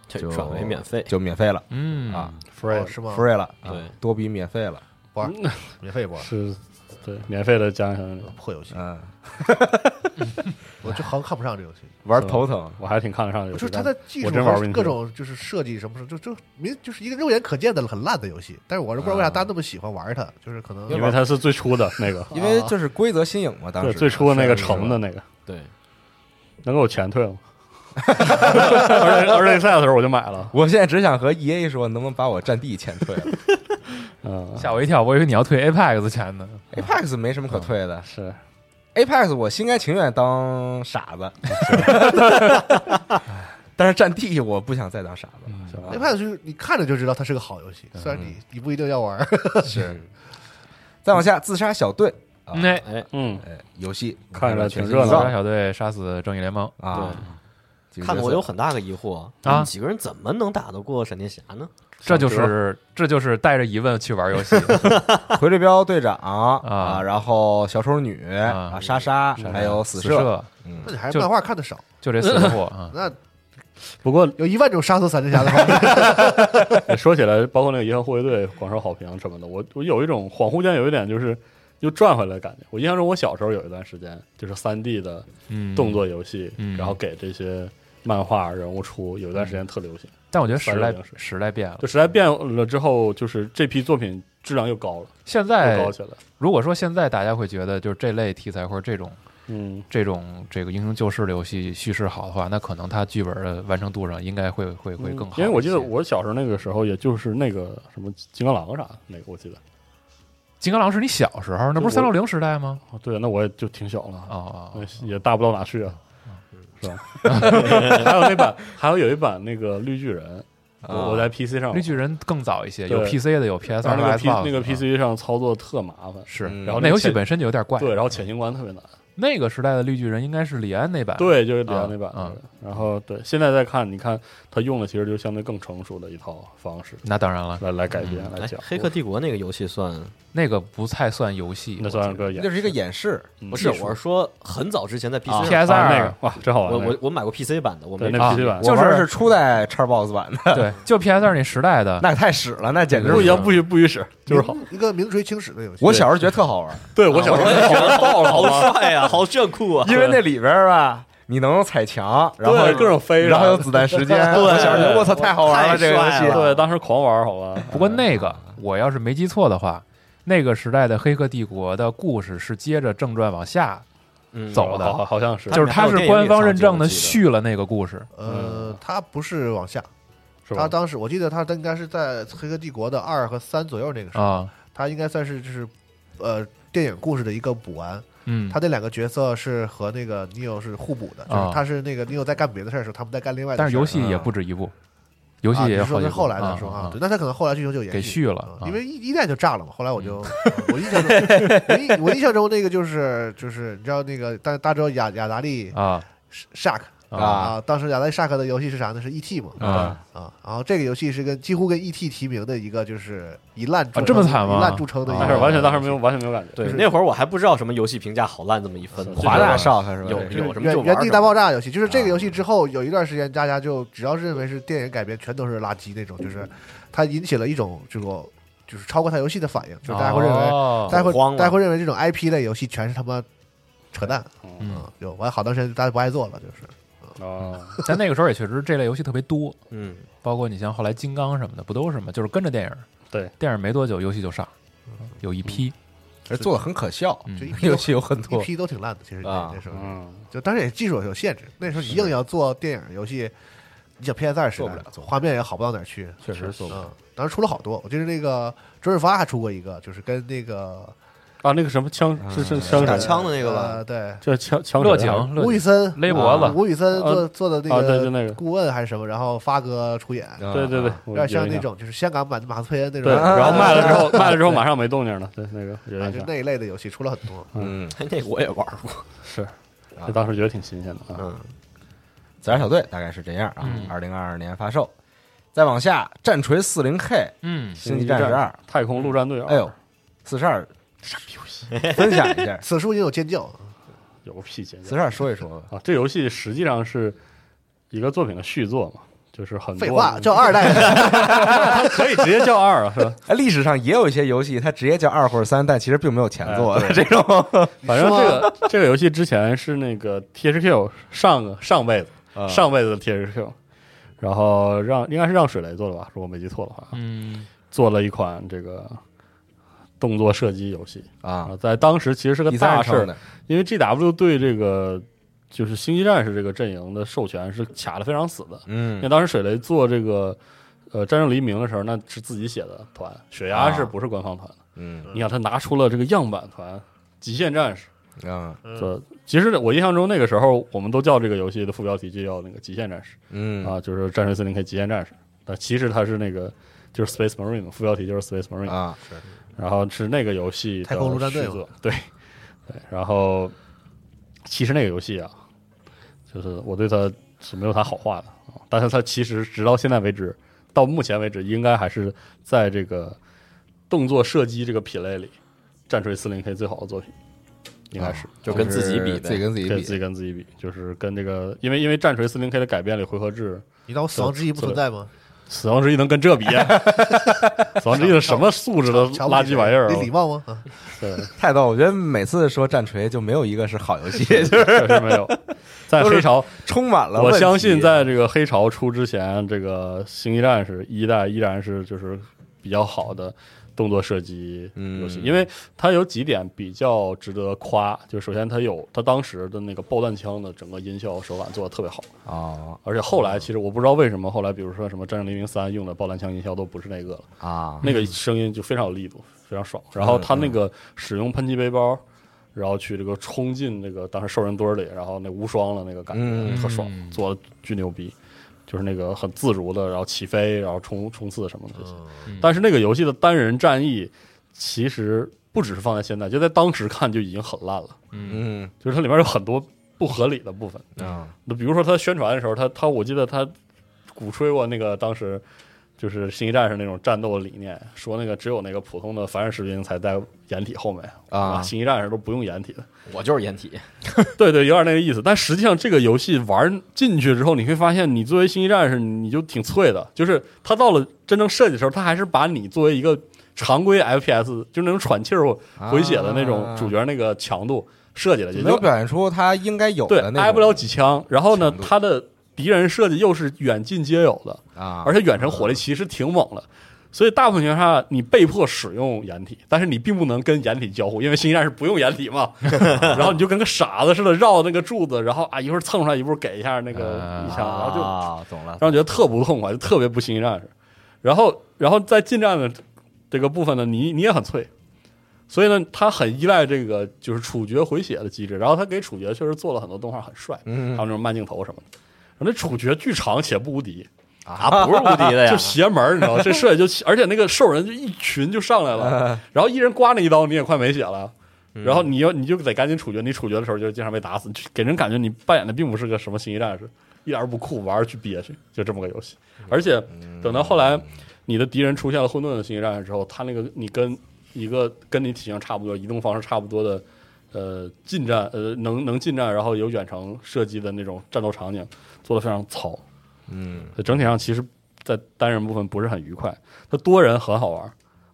这就转为免费，就免费了嗯啊，哦，是吗？ ，free 了，啊对多比免费了，玩儿免费玩儿啊是，对，免费的加上，破哎游戏，嗯，我就好像看不上这游戏。玩头疼，我还挺看得上这就个，是它的技术我真玩和不进去各种就是设计什么什么，就就明就是一个肉眼可见的很烂的游戏。但是我是不知道为啥大家那么喜欢玩它，就是可能啊因为它是最初的那个，因为就是规则新颖嘛，当对，时最初的那个 <laughs> 橙的，的那个，对，能给我钱 <laughs> 退了吗？而且而且赛的时候我就买了，我现在只想和 E A 说，能不能把我战地钱退 <laughs> 了嗯，吓我一跳，我以为你要退 Apex 钱呢，啊？Apex 没什么可退的是嗯，Apex 我心甘情愿当傻 <laughs> 子，但是战地我不想再当傻子，嗯行吧那派就是你看着就知道它是个好游戏，嗯虽然你你不一定要玩儿。 <laughs> 是。再往下，自杀小队啊，嗯哎，哎，嗯，呃，游戏看着全挺新热闹预的告杀小队杀死正义联盟啊，几个看得角我色有很大个疑惑啊你们几个人怎么能打得过闪电侠呢？这就是这就是带着疑问去玩游戏，回力镖队长啊，啊然后小丑女啊啊，莎莎，还有死死射，那你还是就漫画看的少，就这四个货啊，那不过有一万种杀死闪电侠的 <laughs> 方法。说起来，包括那个银河护卫队广受好评什么的，我我有一种恍惚间有一点就是又转回来的感觉。我印象中，我小时候有一段时间就是三 D 的嗯，动作游戏，嗯然后给这些漫画人物出，有一段时间特流行。但我觉得时代反正就是时代变了就，时代变了之后，就是这批作品质量又高了，现又在高起来。如果说现在大家会觉得就是这类题材或者这种嗯，这种这个英雄救世的游戏叙事好的话，那可能它剧本的完成度上应该会会会更好一些。嗯因为我记得我小时候那个时候，也就是那个什么金刚狼啥的那个，我记得。金刚狼是你小时候，那不是三就六零我时代吗？哦，对，那我也就挺小了啊。哦哦，那也大不到哪去啊，是吧？ <laughs> 还有那版，还有有一版那个绿巨人，啊我我在 PC 上玩，绿巨人更早一些，对有 PC 的，有 PS 但二、是那个 P Xbox 那个啊 PC 上操作特麻烦，是。哦嗯然后那游戏前本身就有点怪。对，然后潜行关特别难，那个时代的绿巨人应该是李安那版。，对，就是李安那版啊的。然后对，现在再看，你看他用的其实就相对更成熟的一套方式那当然了，来来改编嗯来哎，讲，黑客帝国那个游戏算那个不太算游戏，那算是个那演就是一个演示，不是？我是说很早之前在 PC 上， PS 啊那二个。哇，真好玩我那个，我我买过 PC 版的，我对没那啊 PC 版我就是玩的是初代 Xbox <laughs> 版的，对，就 PS 二那时代 <laughs> 的。那可太屎了，那简直不是一样，不许不许使，就是好。一个名垂青史的游戏。我小时候觉得特好玩，对我小时啊候我也觉得爆了，好帅呀，好炫酷 <laughs> 啊！因为那里边儿吧，你能踩墙，然后对各种飞啥的，然后有子弹时间，对我小时候觉得我操太好玩太这个游帅了戏，对，当时狂玩，好吧。不过那个我要是没记错的话，那个时代的《黑客帝国》的故事是接着正传往下，嗯走的好好像是它就是它还有是电影官也方上认去我证的记得续了那个故事。嗯呃，他不是往下，是吧他？当时我记得他应该是在《黑客帝国》的二和三左右那个时候，啊，他应该算是就是呃电影故事的一个补完。嗯，他那两个角色是和那个 Neo 是互补的，就啊是他是那个 Neo 在干别的事儿的时候，他们在干另外的事儿。但是游戏也啊不止一部，游戏啊也你有说好是几后来的的时说候啊，对，那他可能后来剧情就延续给续了啊啊嗯因为一一代就炸了嘛。后来我就 <laughs> 我印象中，我印我印象中那个就是就是你知道那个大大家知道雅雅达利啊 Shark 啊啊，当时雅达利 Shark 的游戏是啥呢？是 E.T. 嘛啊啊，然后这个游戏是跟几乎跟 E.T. 提名的一个就是以烂著啊这么称惨吗啊以烂著称的一个，但是啊完全当时没有完全没有感觉，对就，是那会儿我还不知道什么游戏评价好烂这么一分呢，华大少他是吧？有这就是有什么原就玩原地什大么爆炸游戏，就是这个游戏之后有一段时间，大家就只要是认为是电影改编，全都是垃圾那种，就是它引起了一种这个就是超过它游戏的反应，就是大家会认为，哦大家会恐慌了大家会认为这种 IP 类游戏全是他妈扯淡，嗯嗯，有完好长时间大家不爱做了，就是 <laughs> 啊，但那个时候也确实这类游戏特别多， <laughs> 嗯，包括你像后来金刚什么的，不都是吗？就是跟着电影，对，电影没多久游戏就上，有一批，而做的很可笑，嗯 <laughs> 嗯就一批游都戏有很一多批都挺烂的，其实啊那时候嗯，就当然也技术有限制，那时候你硬要做电影游戏，你想 PS 二时做不代了做不了画面也好不到哪儿去，确实做不了嗯，当时出了好多，我记得那个周润发还出过一个，就是跟那个啊，那个什么枪是是枪打嗯手，枪的那个吧呃，对，这枪枪手乐景 <laughs> 还是，乐吴宇景森勒脖子啊吴宇森做啊做的啊对就那那个个顾问还是什么，然后发哥出演，啊嗯对对对，，有我点像印那象种就是香港版的马克思佩恩那种，对，然后啊卖了之后 <laughs> 卖了之后马上没动静了，对那个有啊印就象，那一类的游戏出了很多。，嗯，那我也玩过，是，这当时觉得挺新鲜的啊，嗯，自然小队大概是这样啊嗯。二零二二年发售，再往下，战锤四零 K、嗯，星际战士二，太空陆战队，啊哎呦，，四十二， <laughs> 分享一下此处也有尖叫，有个屁简直四十二说一说吧。啊！这游戏实际上是一个作品的续作嘛，就是很多废话，叫 <laughs> 二 <laughs> 代它可以直接叫二啊，是吧？ <laughs> 哎历史上也有一些游戏，它直接叫二或者三，但其实并没有前作哎的 <laughs> 这种反正这啊个这个游戏之前是那个 THQ 上个上辈子、啊上辈子的 THQ，然后让应该是让水雷做的吧，如果没记错的话，嗯，做了一款这个动作射击游戏啊啊，，在当时其实是个第三大人事儿称，的，因为 GW 对这个就是星际战士这个阵营的授权是卡的非常死的，因嗯为当时水雷做这个呃《战争黎明》的时候，那是自己写的团，血啊压是不是官方团的？嗯你想他拿出了这个样板团《极限战士啊》这其实我印象中那个时候我们都叫这个游戏的副标题就叫那个《极限战士》嗯啊，就是《战锤四零 K 极限战士》，但其实它是那个。就是 Space Marine 嘛，副标题就是 Space Marine，、啊，然后是那个游戏的太空陆战队续作，对对，然后其实那个游戏啊，就是我对它是没有啥好话的啊，但是它其实直到现在为止，到目前为止，应该还是在这个动作射击这个品类里，战锤四零 K 最好的作品，应该是。就跟自己比自己呗，跟自己这自比，己跟自己比，就是跟这个，因为因为战锤四零 K 的改编里回合制，你当我死亡之翼不存在吗？死亡之翼能跟这比啊？ <laughs> 死亡之翼是什么素质的瞧不垃起圾玩意儿啊？你礼貌吗？ <laughs> 啊对，太逗了！我觉得每次说战锤就没有一个是好游戏，就是确实 <laughs> 没有。在都是黑潮，充满了我问题相啊信在这个黑潮出之前，这个《星际战士》一代依然是就是比较好的动作射击游戏，嗯因为它有几点比较值得夸。就首先它有它当时的那个爆弹枪的整个音效手感做的特别好，哦而且后来其实我不知道为什么后来比如说什么《战争黎明三》用的爆弹枪音效都不是那个了，啊，嗯那个声音就非常有力度，非常爽。然后他那个使用喷气背包，然后去这个冲进那个当时兽人堆儿里，然后那无双的那个感嗯觉特爽，做的巨牛逼，就是那个很自如的，然后起飞，然后冲冲刺什么的嗯这些。但是那个游戏的单人战役其实不只是放在现在，就在当时看就已经很烂了，嗯就是它里面有很多不合理的部分。啊那比如说他宣传的时候，他他我记得他鼓吹过那个当时就是《星际战士》那种战斗理念，说那个只有那个普通的凡人士兵才在掩体后面啊星际战士都不用掩体的。我就是掩体，对对，有点那个意思。但实际上这个游戏玩进去之后，你会发现你作为星际战士，你就挺脆的。就是他到了真正设计的时候，他还是把你作为一个常规 FPS，就是那种喘气儿啊回血的那种主角那个强度设计的，也嗯没就有表现出他应该有对，的那种挨不了几枪。然后呢强，度他的敌人设计又是远近皆有的，啊，而且远程火力其实挺猛的。所以大部分情况下你被迫使用掩体，但是你并不能跟掩体交互，因为星战是不用掩体 <laughs> 嘛。然后你就跟个傻子似的绕那个柱子，然后啊一会儿蹭出来一步给一下那个一枪，然后就啊，懂了，让人觉得特不痛快，就特别不新战士。然后，然后在近战的这个部分呢，你你也很脆，所以呢，他很依赖这个就是处决回血的机制。然后他给处决确实做了很多动画，很帅，还有那种慢镜头什么的。然后那处决巨长且不无敌，啊，不是无敌的呀就，邪门儿，你知道吗？这射野就，而且那个兽人就一群就上来了，然后一人刮那一刀，你也快没血了。然后你又你就得赶紧处决，你处决的时候就经常被打死，就给人感觉你扮演的并不是个什么星际战士，一点儿不酷，玩儿去憋屈，就这么个游戏。而且等到后来你的敌人出现了混沌的星际战士之后，他那个 <laughs> 你跟一个跟你体型差不多、移动方式差不多的呃近战呃能能近战，然后有远程射击的那种战斗场景，做的非常糙。嗯，整体上其实，在单人部分不是很愉快。它多人很好玩儿，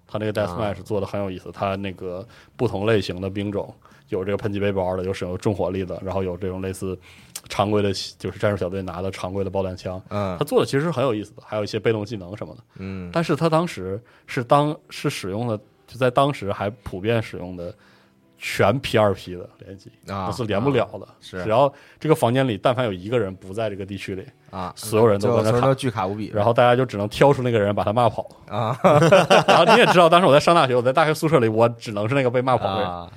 它那个 Deathmatch 做的很有意思。它那个不同类型的兵种，有这个喷气背包的，有使用重火力的，然后有这种类似常规的，就是战术小队拿的常规的爆弹枪。嗯它做的其实很有意思的，还有一些被动技能什么的。嗯但是它当时是当是使用了，就在当时还普遍使用的全 P 二 P 的联机，啊那是连不了的。是只要这个房间里但凡有一个人不在这个地区里，啊，所有人最都后跟所有他人都。卡巨卡无比，然后大家就只能挑出那个人，把他骂跑。啊 <laughs> 然后你也知道，当时我在上大学，我在大学宿舍里，我只能是那个被骂跑的人啊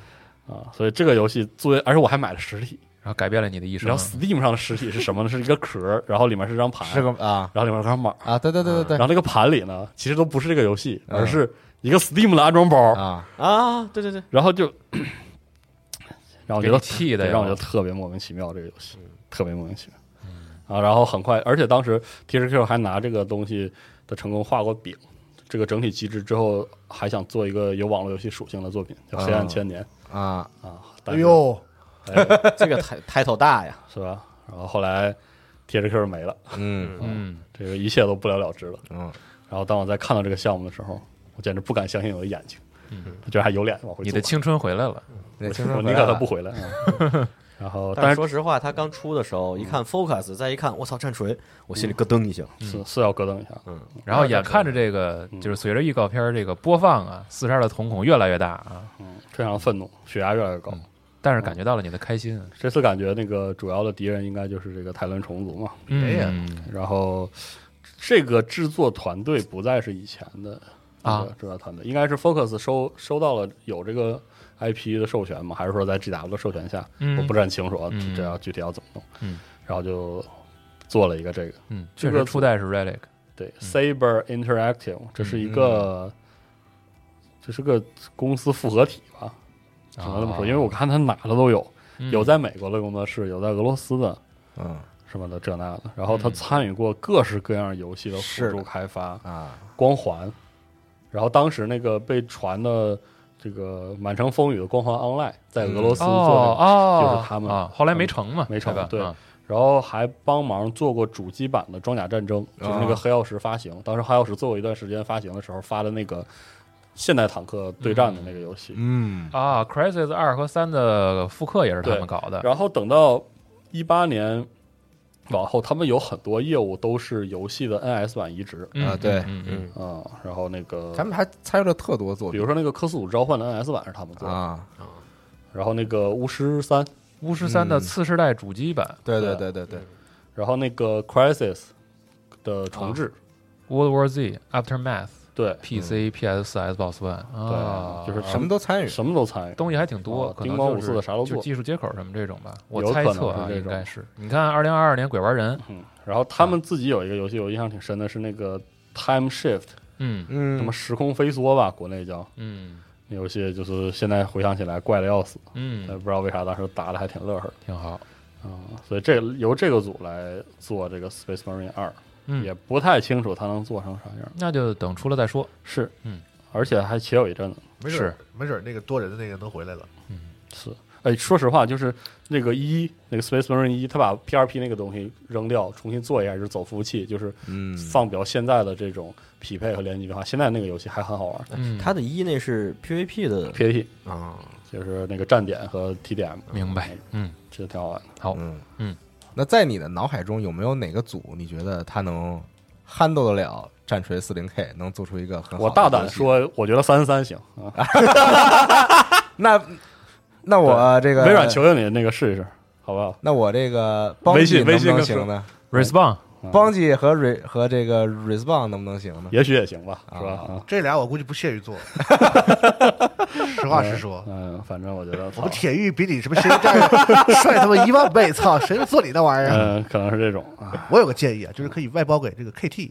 啊，所以这个游戏作为，而且我还买了实体，然后改变了你的一生然后 Steam 上的实体是什么呢？是一个壳儿，然后里面是张盘，是个啊然后里面是张码，啊，对对对对然后对那个盘里呢，其实都不是这个游戏，而是一个 Steam 的安装包。啊，啊，对对对，然后就让我觉给得你气的呀让我觉得特别莫名其妙这个游戏，特别莫名其妙。啊，然后很快，而且当时 T S Q 还拿这个东西的成功画过饼，这个整体机制之后还想做一个有网络游戏属性的作品，叫《黑暗千年啊，》啊，但哎是哎呦， <laughs> 这个抬抬头大呀，是吧？然后后来 T S Q 没了，嗯嗯，这个一切都不了了之了。嗯，然后当我在看到这个项目的时候，我简直不敢相信我的眼睛，我觉得还有脸往回你走的青春回来了，嗯那青春我回宁来可了他不回来。啊 <laughs> 然后，但但是是说实话，他刚出的时候，一看 Focus，再一看，我操，战锤，我心里咯噔一下。是是要咯噔一下，然后眼看着这个嗯就是随着预告片儿这个播放啊，四十二的瞳孔越来越大啊，非常愤怒，血压越来越高。但是感觉到了你的开心，啊这次感觉那个主要的敌人应该就是这个泰伦虫族嘛，嗯然后这个制作团队不再是以前的啊这个制作团队，应该是 Focus 收收到了有这个 IP 的授权嘛，还是说在 GW 的授权下？嗯我不是很清楚啊，嗯这要具体要怎么弄。嗯，然后就做了一个这个，嗯，确这实个初代是 Relic，对、Saber 嗯 Interactive，这是一个，这是个公司复合体吧？只能这么说，哦因为我看他哪的都有，嗯有在美国的工作室，有在俄罗斯的嗯什么的这那的。然后嗯他参与过各式各样游戏的辅是助的开发，啊光环。然后当时那个被传的这个满城风雨的光环 Online 在俄罗斯哦做的，哦，就是他们啊，后来没成嘛，没成吧？对啊然后还帮忙做过主机版的装甲战争，就是那个啊黑曜石发行。当时黑曜石做过一段时间发行的时候发的那个现代坦克对战的那个游戏，嗯啊，Crisis 二和三的复刻也是他们搞的，然后等到一八年往后，他们有很多业务都是游戏的 NS 版移植嗯啊对嗯嗯啊、嗯然后那个咱们还参与了特多作比品如说那个《科斯鲁召唤》的 NS 版是他们做的，啊，然后那个《巫师三》，巫师三的嗯次世代主机版对对对对对对，然后那个《Crisis》的重置， World War Z Aftermath 对 PC PS 4 Xbox One 嗯对、啊，就是什么都参与什么都参与。东西还挺多，啊可能叮咣就五是四的啥都做就技术接口什么这种吧，我有可猜能测啊，是这应种该是。你看，二零二二年鬼玩人，嗯，然后他们自己有一个游戏，我印象挺深的，是那个《Time Shift》，嗯嗯什么时空飞梭吧，国内叫嗯那游戏，就是现在回想起来怪的要死，也嗯，不知道为啥当时打的还挺乐呵的。挺好。嗯，所以这个由这个组来做这个 Space Marine 二、也嗯，不太清楚它能做成啥样。那就等出了再说。是，嗯，而且还且有一阵子没准儿没准儿那个多人的那个能回来了。是。哎，说实话，就是那个一，那个 Space Marine 一，他把 PRP 那个东西扔掉，重新做一下，就是走服务器，就是嗯放表现在的这种匹配和联机的话，现在那个游戏还很好玩。嗯，他的一那是 PVP 的 PAT 啊，就是那个站点和 TDM，明白。嗯，这啊挺好玩的。好，嗯嗯，那在你的脑海中有没有哪个组你觉得他能憨豆得了战锤四零 K，能做出一个很好的我大胆游戏，说，我觉得三三三行啊。那那我这个微软求求你那个试一试，好不好？那我这个邦微记能信不微信嗯能跟行呢？ Respond 邦记和瑞和这个 Respawn 能不能行呢？也许也行吧，是吧？啊啊这俩我估计不屑 <laughs> 于做，实话实说。嗯，反正我觉得我操们，铁玉比你什么星战 <laughs> 帅他妈一万倍，操！谁能做你那玩意儿？嗯，可能是这种啊，我有个建议啊，就是可以外包给这个 KT，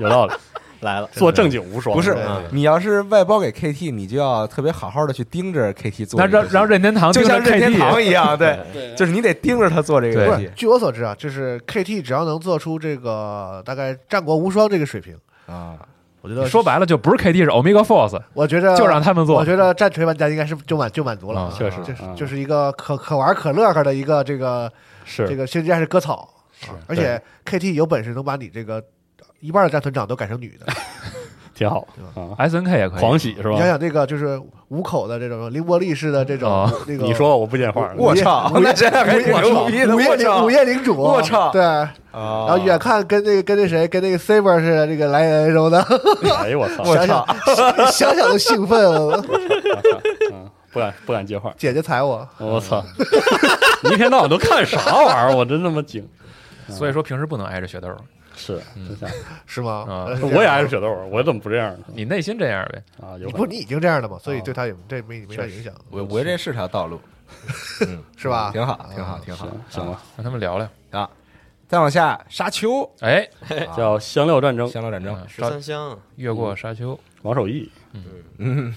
有道理，来了，做正经无双。不是啊嗯，你要是外包给 KT，你就要特别好好的去盯着 KT 做那这个让游戏，让任天堂就像盯着任天 KD 堂一样，对，就是你得盯着他做这个游哎不戏是？据我所知啊，就是 KT 只要能做出这个大概《战国无双》这个水平，啊。我觉得说，白了就不是 KD，是 Omega Force，我觉得就让他们做呃我觉得战锤玩家应该是就满就满足了啊，确实就是嗯就是一个可可玩可乐呵的一个这个是这个星战是割草，啊而且 KT 有本事能把你这个一半的战团长都改成女的。挺好啊， SNK 也可以。狂喜是吧你想？想这个就是五口的这种凌波丽式的这种哦那个，你说我不接话，我操，那真的还挺牛逼的！午夜我领操午，夜领主，我操对，然然后远看跟那个跟那谁跟那个 Saber 似的，这个莱恩什么的，哎呦我操，我想操 <laughs> 想，想想都兴奋哦，嗯，不敢不敢接话，姐姐踩我，我操， <laughs> 你一天到晚都看啥玩意儿？我真他妈惊，所以说平时不能挨着雪豆，是嗯真吓人是吗？啊呃我也爱吃雪豆儿，我怎么不这样呢？你内心这样呗。啊，有你可不能啊你已经这样了嘛，所以对他也这没没啥影响，我我这是条道路，嗯，是吧挺好，挺好，挺好。行吧？让他们聊聊。啊，再往下，沙丘，哎，叫香料战争，香料战争，嗯十到三啊香，越过沙丘，王守义，嗯，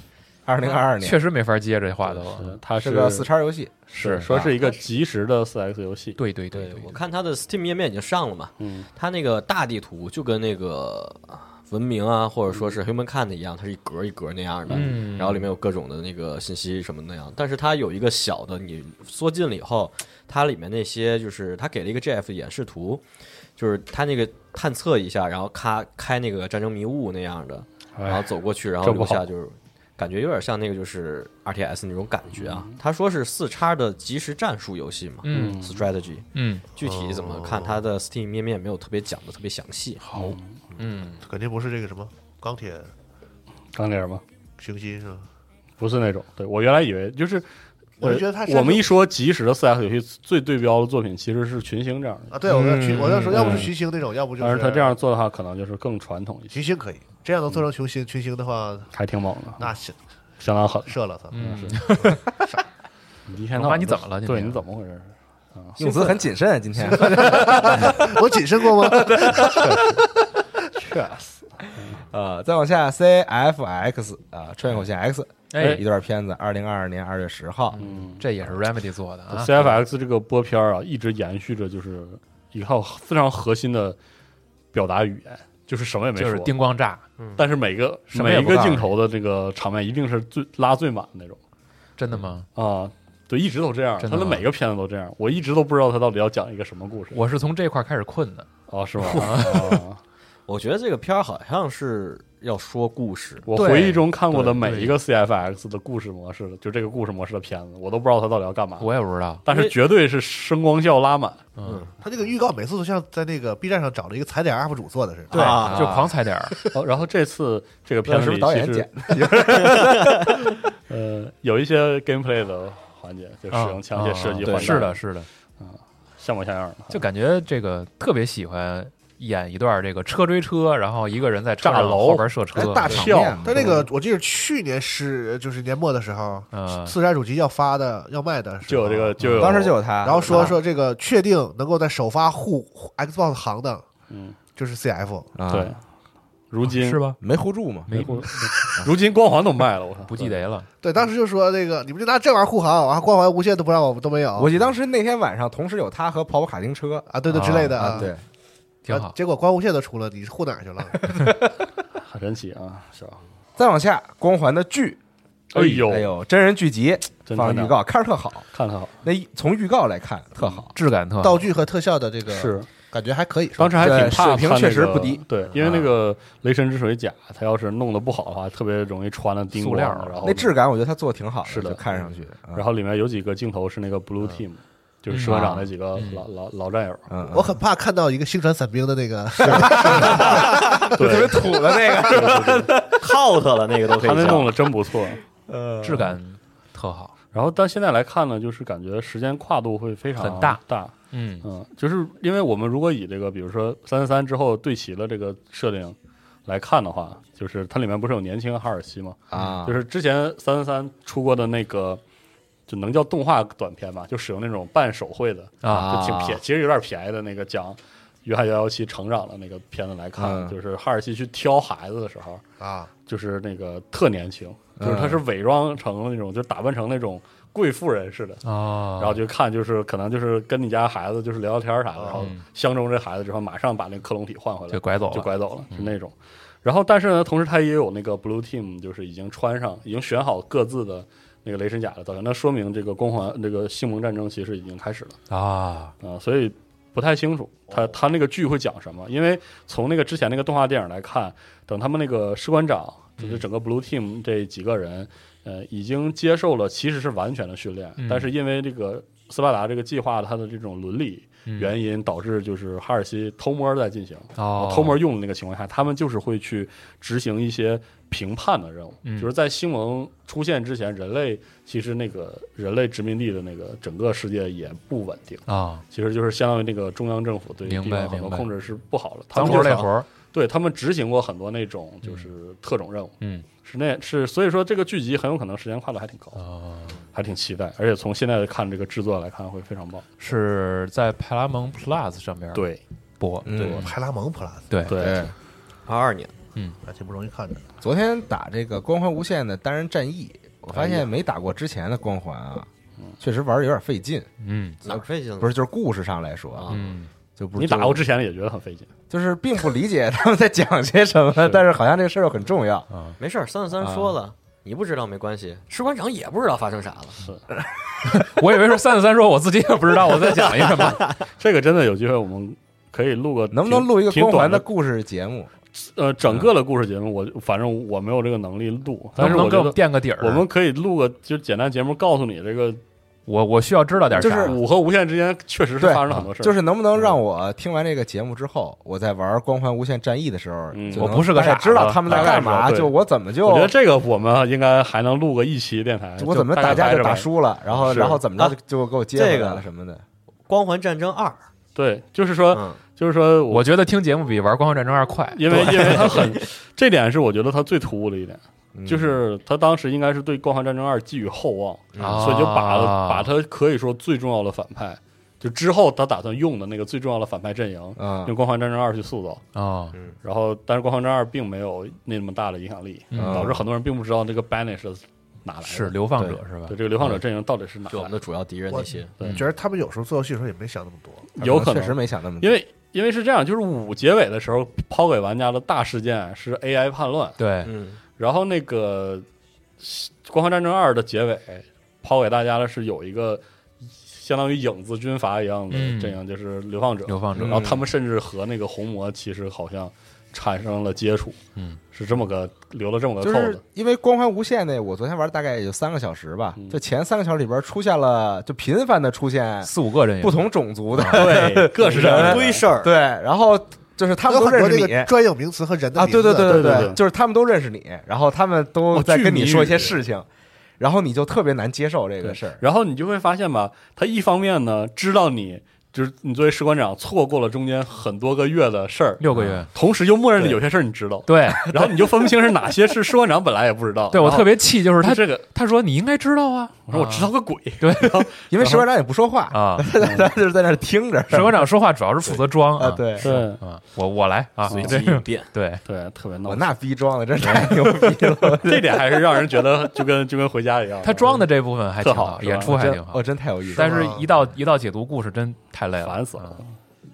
二零二二年确实没法接这话都。嗯他啊是个四叉游戏，是是说是一个即时的四 X 游戏，对对对对我看它的 Steam 页面已经上了嘛，嗯，它那个大地图就跟那个啊文明啊，或者说嗯是 Humankind 一样，它是一格一格那样的，嗯然后里面有各种的那个信息什么那样，但是它有一个小的，你缩进了以后，它里面那些就是它给了一个 GF 演示图，就是它那个探测一下，然后咔开那个战争迷雾那样的，然后哎，走过去，然这后不留好下就是。感觉有点像那个就是 R T S 那种感觉嗯啊，他说是四叉的即时战术游戏嘛，嗯，strategy，嗯具体怎哦么看，它的 Steam 页面没有特别讲的特别详细。好，嗯，肯定不是这个什么钢铁钢铁吗？雄心是吧？不是那种，对我原来以为就是，我就觉得它呃是我们一说即时的四 X 游戏最对标的作品其实是群星这样的，啊，对，我在群我在说，要不是嗯群星那种，要不就但是他这样做的话，可能就是更传统一些，群星可以，这样能做成群星群星的话，还挺猛的，那是相当狠。射了他。 <laughs> 嗯是 <laughs> 你一天龙妈到晚你都怎么了今对，天你怎么回事？用词很谨慎啊，今天我谨慎 <laughs> 过吗？呃，再往下，CFX 啊，穿越火线 X，哎一段片子，二零二二年二月十号，嗯这也是 Remedy 做的啊。 CFX 这个播片儿啊，一直延续着就是一套非常核心的表达语言，就是什么也没就是说，叮咣炸，但是每个什么也每一不个干镜头的这个场面一定是最拉最满的那种真的吗？啊。对，一直都这样，真他的的吗每个片子都这样，我一直都不知道他到底要讲一个什么故事。我是从这块开始困的。哦，是吗？啊我觉得这个片儿好像是要说故事，我对回忆中看过的每对一个 CFX 的故事模式，就这个故事模式的片子，我都不知道他到底要干嘛，我也不知道，但是绝对是声光效拉满，嗯，他这个预告每次都像在那个 B 站上找了一个踩点 UP 主做的似的。对，啊就狂踩点儿，哦，然后这次这个片那子是不里是导演其实剪呃有一些 gameplay 的环节，就 <laughs> 使用枪械射啊击环对弹，是的，，是的，像模像样的，就感觉这个特别喜欢演一段这个车追车，然后一个人在车炸上楼后边射车啊哎，大场跳面嘛，但那个我记得去年是就是年末的时啊候，嗯四战主机要发的要卖的时就候有这个，就有当时就有他，然后说啊说这个确定能够在首发护护 Xbox 行的，嗯，就是 CF。啊对，如今是吧？没互助嘛，没如今光环都卖了，我靠，不记对。得了，对，当时就说这个你们就拿这玩意儿护航，啊，光环无限都不让我们都没哦有，我记得当时那天晚上，同时有他和跑跑卡丁车啊，对对之类的啊，对，呃挺然后好。结果光无限都出了，你是护哪 <laughs> 儿去了？很神奇啊，是吧？再往下，光环的剧，哎呦，哎呦，真人剧集真放的预告，看着特好，看看好，那一从预告来看特好，质感特好道具和特效的这个是感觉还可以，是吧当时还挺怕对水平看那确实个不低对，因为那个雷神之水甲，它要是弄得不好的话，特别容易穿了叮塑咣料的然后那质感我觉得他做的挺好是的就看上去，啊然后里面有几个镜头是那个 Blue Team，就是社会长那几个老、老老战友，嗯，我很怕看到一个星船散兵的那个，对，特别土的那 <laughs> 个，靠他了，那个都可他以那叫弄的真不错。质感特好。然后但现在来看呢，就是感觉时间跨度会非常很大大，嗯嗯，就是因为我们如果以这个，比如说三三三之后对齐了这个设定来看的话，就是它里面不是有年轻哈尔西吗？啊，就是之前三三三出过的那个，就能叫动画短片吧，就使用那种半手绘的，啊，就挺便，其实有点便宜的那个讲约翰幺幺七成长的那个片子来看，嗯就是哈尔西去挑孩子的时候， <laughs> 啊，就是那个特年轻，就是他嗯是伪装成了那种，就打扮成那种贵妇人似的，啊，然后就看就是可能就是跟你家孩子就是聊聊天儿啥的，然后相中这孩子之后，马上把那个克隆体换回来，哦就拐走了嗯就拐走了，是那种。然后但是呢，同时他也有那个 Blue Team，就是已经穿上，已经选好各自的那个雷神甲的造型，那说明这个光环这个星盟战争其实已经开始了。啊，啊、所以不太清楚哦他他那个剧会讲什么，因为从那个之前那个动画电影来看，等他们那个士官长，嗯就是整个 Blue Team 这几个人，呃，已经接受了其实是完全的训练，嗯但是因为这个斯巴达这个计划它的这种伦理。原因导致就是哈尔西偷摸在进行，嗯呃哦偷摸用的那个情况下，他们就是会去执行一些评判的任务，嗯就是在星盟出现之前，人类其实那个人类殖民地的那个整个世界也不稳定，啊，其实就是相当于那个中央政府对地明白方很多明白控制是不好的，他脏们活儿就是累活儿，对他们执行过很多那种就是特种任务，嗯是那是所以说这个剧集很有可能时间跨度还挺高，哦还挺期待，而且从现在看这个制作来看会非常棒，是在派拉蒙 Plus 上面对播，嗯我派拉蒙 plus，对，对对，八二年，啊挺不容易看的。昨天打这个《光环无限》的单人战役，我发现没打过之前的光环啊，嗯确实玩的有点费劲。嗯哪儿费劲了？不是，就是故事上来说啊，嗯，就不你打过之前也觉得很费劲，就是并不理解 <laughs> 他们在讲些什么，但是好像这个事儿又很重要。啊没事儿，三十三说了，你不知道没关系，士官长也不知道发生啥了。 <laughs> 我以为是三十三说，我自己也不知道我在讲一什 <laughs> 么，这个真的有机会我们。可以录个挺，能不能录一个挺光环短的的故事节目？呃整个的故事节目？我反正我没有这个能力录，但能是不我能给觉我们得垫个底儿？我们可以录个就简单节目，告诉你这个我我需要知道点啥，五和无限之间确实是对发生了很多事儿，就是能不能让我听完这个节目之后，我在玩《光环无限战役》的时候，嗯就我能不是个大概傻子知道他们在干大概嘛，知道对就我怎么就我觉得这个我们应该还能录个一期电台，我怎么就打大概架掰就着打吧。输了，然后是然后怎么着就啊就给我接这回个来了什么的。 《 <laughs> 光环战争二对，就是》，说，嗯，就是说我，我觉得听节目比玩《光环战争二》快，因为因为他 <laughs> 很，这点是我觉得他最突兀的一点，嗯就是他当时应该是对《光环战争二》寄予厚望，嗯啊所以就把把他可以说最重要的反派，就之后他打算用的那个最重要的反派阵营，啊用《光环战争二》去塑造。啊，然后，但是《光环战争二》并没有那么大的影响力，嗯导致很多人并不知道这个 Banish 是哪来的，是流放者是吧对？这个流放嗯者阵营到底是哪就我来们的，的主要敌人那些，对觉得他们有时候做游戏的时候也没想那么多，有可确能实没想那么多因。为因为是这样，就是五结尾的时候抛给玩家的大事件是 AI 叛乱，对，嗯，然后那个《光环战争二》的结尾抛给大家的是有一个相当于影子军阀一样的嗯阵营，就是流放者，流放者然后他们甚至和那个红魔其实好像产生了接触，嗯，是这么个留了这么个就扣是子，因为《光环无限》那，我昨天玩大概也就三个小时吧，嗯就前三个小时里边出现了，就频繁的出现四五个阵营不同种族的，对，各是这样的堆事儿，对，然后就是他们有都很认多识那你个专有名词和人的啊，名字对对对对对对，对就是他们都认识你，然后他们都哦在巨跟你迷说一语些事情，然后你就特别难接受这个事儿。然后你就会发现吧，他一方面呢知道你就是你作为士官长错过了中间很多个月的事儿，六个月，同时又默认了有些事儿你知道， <laughs> 对 <laughs> 然后你就分不清是哪些是士官长本来也不知道。对，我然后特别气，就是他这个，他说你应该知道啊，我说我知道个鬼，对因为石馆长也不说 <laughs> 话，啊，他他就是在那儿听着。士官长说话主要是负责装啊，啊，对， <laughs> 对啊，我我来啊，随机对应变。对，对，特别闹我。那逼装的真是太牛逼了， <laughs> 这点还是让人觉得 <laughs> 就跟就跟回家一样。他装的这部分还挺特好是吧演出还真挺好哦，，真太有意思了。但是一到一到解读故事真太累了，烦死了嗯，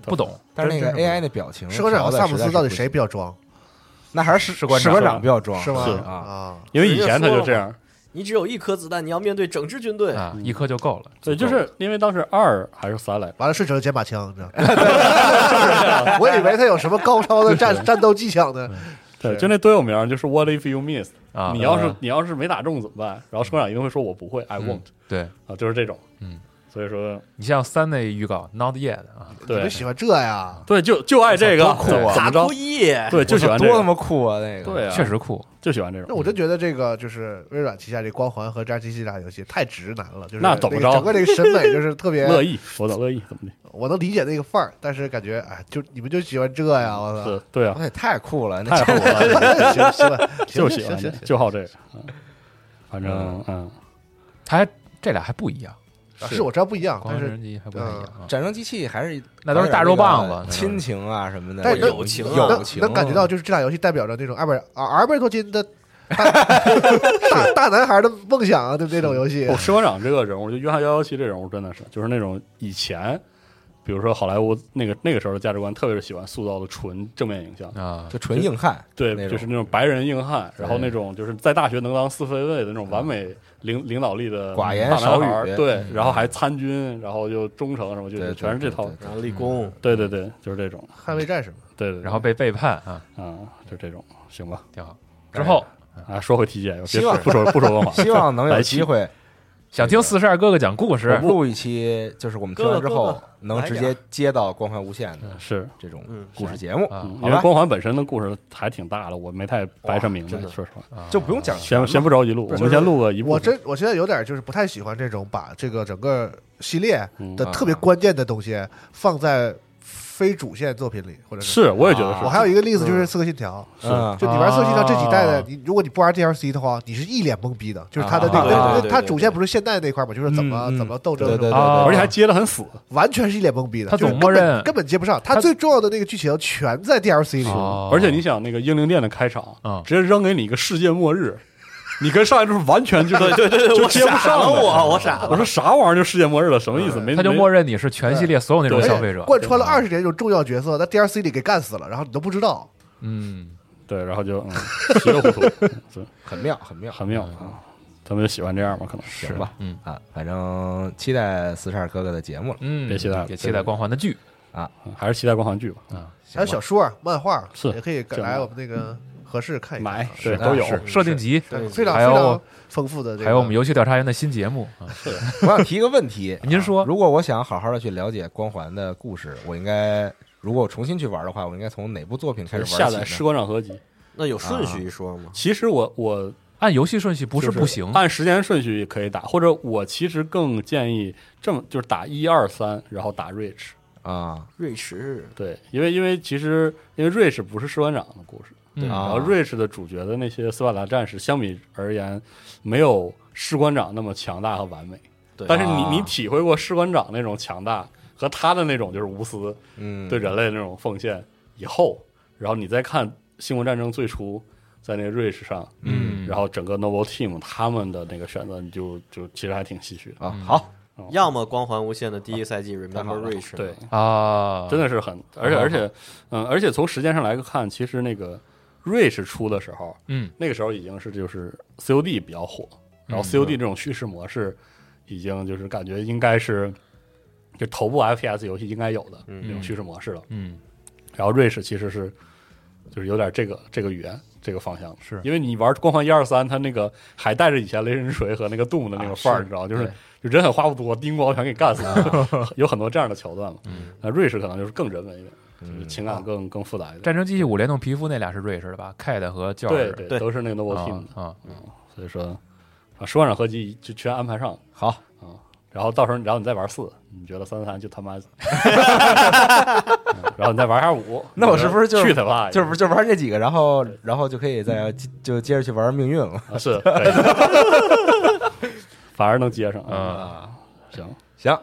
不懂但是那个真是不 AI 那表情，士官长和萨姆斯到底谁比较？较装？那还是士士官长士官长比较装，是吗？是啊，啊，因为以前他就这样。 <laughs> 你只有一颗子弹，你要面对整支军队。啊，一颗就够了，嗯对，就是因为当时二还是三来着，完了顺手就捡把枪，你知道 <laughs> 吗？ <laughs> 我以为他有什么高超的战战斗技巧呢，对，就那多有名儿，就是 What if you miss？啊，你要是嗯嗯你要是没打中怎么办？然后士官长一定会说我不会，I won't 对啊，就是这种。嗯，所以说，你像三那预告 Not Yet 啊，你对们喜欢这呀？对，就就爱这个，多酷啊怎么着？夜对，就喜欢这多他个，妈酷啊！那个对啊，确实酷。就喜欢这种。那我真觉得这个就是微软旗下这《光环》和《战机》系列的游戏太直男了，就是那怎么着个整个这个审美就是特 <laughs> 别，乐意，我怎乐意怎么的？我能理解那个范儿，但是感觉哎，就你们就喜欢这 <laughs> 呀？我操！是，对啊，那也太酷了，那太好了， <laughs> 行行吧，就行喜行欢这行个，就好这个。嗯反正嗯，它还这俩还不一样，行，是我知道不一样，光但人是人机还不太一呃样啊。战争机器还是那都是大肉棒子还是那个那种亲情啊什么的，但是有友情啊友能情能感觉到，就是这俩游戏代表着那种阿啊尔阿尔贝托金的大 <laughs> 大大男孩的梦想啊，就那种游戏我。士官哦长这个人物，就约翰幺幺七这人物，真的是就是那种以前，比如说好莱坞那个那个时候的价值观，特别是喜欢塑造的纯正面影像，啊，就纯硬汉，对嗯那，种就是那种白人硬汉，然后那种就是在大学能当四分卫的那种完美领领导力的嗯寡言大男少孩儿语嗯对，然后还参军，然后就忠诚什么，就对是对全是这套对，然后立功，对对对，就是这种，捍卫战士嘛，对对，对然后被背叛啊，啊，就这种，行吧，挺好。之后啊，说回 TGA，别嗯希望不说不说文化，希望能有来机会想听四十二哥哥讲故我事，录一期，就是我们听完之哥后哥哥能直接接到《光环无限》的是。这种嗯故事节目，啊嗯因好为吧，光环本身的故事还挺大的，我没太掰扯明白真，的说实话，啊就不用讲先先不着急录，我就们是先录个一部分。我真我现在有点就是不太喜欢这种把这个整个系列嗯的特别关键的东西放在非主线作品里，或者是。是，我也觉得我是，还有一个例子就是《刺客信条》，嗯，就你玩《刺客信条》这几代的啊，你如果你不玩 DLC 的话，你是一脸懵逼的，就是它的那啊个，对对因为它对主线不是现代那块嘛，就是怎么嗯嗯怎么斗争对什对对么的，啊而且还接的很死，完全是一脸懵逼的。他就是总默根本认根本接不上，它他最重要的那个剧情全在 DLC 里。哦而且你想那个英灵殿的开场嗯，直接扔给你一个世界末日， <laughs> 你跟上一周完全就是对对对，就我接不傻上了，的我我傻我了，说啥玩意儿就世界末日了，什么意思？没他就没默认你是全系列所有那种对消费者。贯穿了二十年这种重要角色，在 DLC 里给干死了，然后你都不知道。嗯，对，然后就嗯稀里糊涂，嗯很妙，很妙，很妙啊。他们就喜欢这样嘛，可能行吧，嗯啊，反正期待四十二哥哥的节目了嗯，别期待了也期待光环的剧。嗯还是期待光环剧吧，还有小说、啊漫画，是也可以这样来我们那个合适看一看买啊。对的都有，设定集，对非常还非有常丰富的这个，还有我们游戏调查员的新节目啊，，我想提一个问题 <laughs> 啊您说如果我想好好的去了解光环的故事，我应该如果我重新去玩的话，我应该从哪部作品开始下玩载起呢？士官长合集。那有顺序一说吗？其实我我按游戏顺序不是就是不行，按时间顺序也可以打，或者我其实更建议这么就是打一二三，然后打 Rich。啊瑞驰对，因为因为其实因为 Rich 不是士官长的故事，嗯然啊后 Rich 的主角的那些斯巴达战士，相比而言没有士官长那么强大和完美。对但是你啊你体会过士官长那种强大和他的那种就是无私嗯，对人类那种奉献以后，然后你再看《星国战争》最初在那个 Rich 上，嗯然后整个 Noble Team 他们的那个选择，你就就其实还挺唏嘘的。啊，好，要么光环无限的第一赛季太好 Remember 了 Rich，对，啊，真的是很，而且好好而且，嗯，而且从时间上来看，其实那个 Rich 出的时候，嗯，那个时候已经是就是 COD 比较火，然后 COD 这种叙事模式已经就是感觉应该是就头部 FPS 游戏应该有的这种叙事模式了。嗯然后 Rich 其实是就是有点这个这个语言这个方向，是因为你玩《光环一二三》，它那个还带着以前雷神锤和那个 Doom 的那个范儿，是你知道吗，就是对就人狠话不多，叮咣全给干死了， <laughs> 有很多这样的桥段嘛。那 Rich 可能就是更人文一点，嗯嗯就是情感更更复杂一点。战争机器五联动皮肤那俩是瑞士的吧？Cat 和 j o 对 r 对，对都是那个 Noble 啊 Team 的，啊，所以说啊，十万场合集就全安排上，啊好，然后到时候，然后你再玩四，你觉得三三就 <laughs> 他妈，嗯然后你再玩下五， <laughs> 那我是不是就是去他妈呀？就不就玩这几个，然后然后就可以再就接着去玩命运了。<laughs> 啊，是，可以反而能接上呃啊。嗯行，行，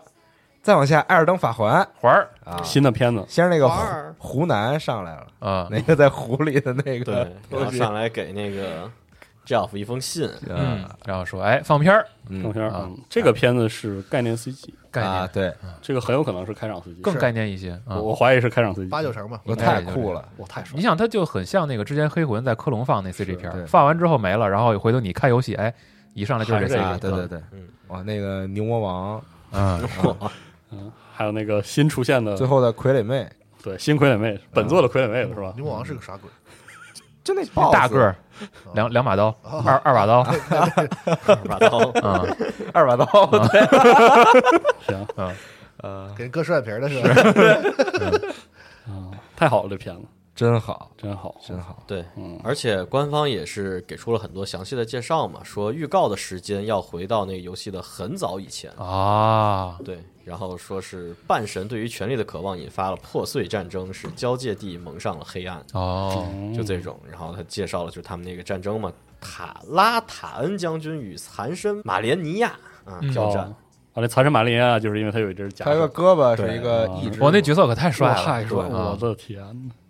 再往下，《艾尔登法环》环儿啊，新的片子先是那个玩儿湖湖南上来了，啊，那个在湖里的那对个，，然后上来给那个 Jeff 一封信，嗯，然后说哎放片儿正嗯片儿，啊嗯，这个片子是概念 CG，概啊，念对，这个很有可能是开场 CG，更概念一些啊我。我怀疑是开场 CG，八九成吧。我该太也就酷这了，我太爽你想，它就很像那个之前黑魂在科隆放那 CG 片对儿，放完之后没了，然后回头你看游戏，哎，一上来就是还是这 CG，这个啊，对对对嗯，哇，那个牛魔王嗯，了，还有那个新出现的最，后的傀儡妹，嗯对，新傀儡妹，本作的傀儡妹了是吧？牛魔王是个啥鬼？就那那 boss 大个 <laughs> 儿， <laughs> 两两把刀，哦二二把刀，把刀，嗯，二把嗯刀， <laughs> 对行，给人割双眼皮儿的是吧？ <laughs> 嗯，太好了，这片子真好，真好，真好。对，嗯而且官方也是给出了很多详细的介绍嘛，说预告的时间要回到那个游戏的很早以前。啊，对，然后说是半神对于权力的渴望引发了破碎战争，使交界地蒙上了黑暗，哦，就这种。然后他介绍了就是他们那个战争嘛，塔拉塔恩将军与残身马连尼亚啊嗯交战，啊，那财神马林啊，就是因为他有一只假他有个手，胳膊是一个对啊义肢，我那角色可太帅了，太帅对我啊的天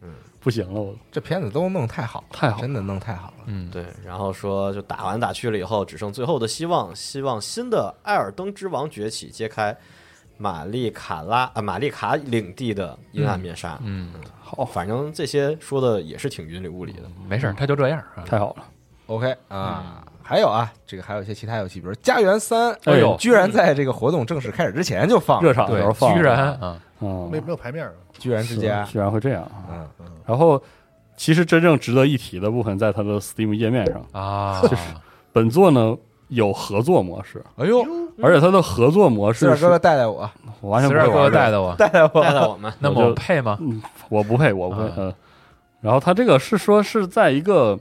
呐，不行了，我这片子都弄太好了，太好了真的弄太好了。嗯，对，然后说就打完打去了以后，只剩最后的希望，希望新的艾尔登之王崛起，揭开玛丽卡拉啊、玛丽卡领地的阴暗面纱。嗯，好，反正这些说的也是挺云里雾里的。没事儿，他就这样啊，太好了， OK 啊，还有啊，这个还有一些其他游戏，比如《家园三》，嗯哎呦居然在这个活动正式开始之前就放了，热场的时候放对，的，居然啊，嗯，没没有牌面儿啊了，居然之是家，居然会这样啊。嗯，然后，其实真正值得一提的部分在它的 Steam 页面上。啊，本作呢有合作模式，哎呦，而且它的合作模四式二是哥哥带带我，我完全十不会二哥玩这个带的我，带带我，带带我们，那么我配吗？嗯，我不配，我不配。啊嗯，然后它这个是说是在一个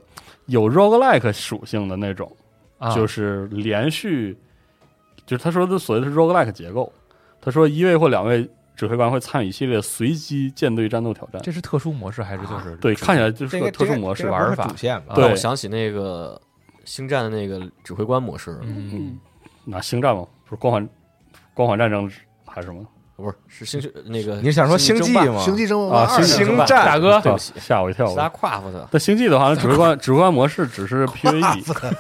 有 roguelike 属性的那种，啊，就是连续，就是他说的所谓的是 roguelike 结构。他说一位或两位指挥官会参与一系列随机舰队战斗挑战。这是特殊模式还是就是啊对，看起来就是这个个特殊模式这个玩。这个不法是主线吧？啊对让我想起那个星战的那个指挥官模式，嗯那星战嘛，不是光环，光环战争还是什么不是是星球那个你想说星际争霸吗？星际争霸啊二》星星战战大哥对不起，吓我一跳是。他 craft 的，那星际的话，指挥官指挥官模式只是 <laughs> PVE。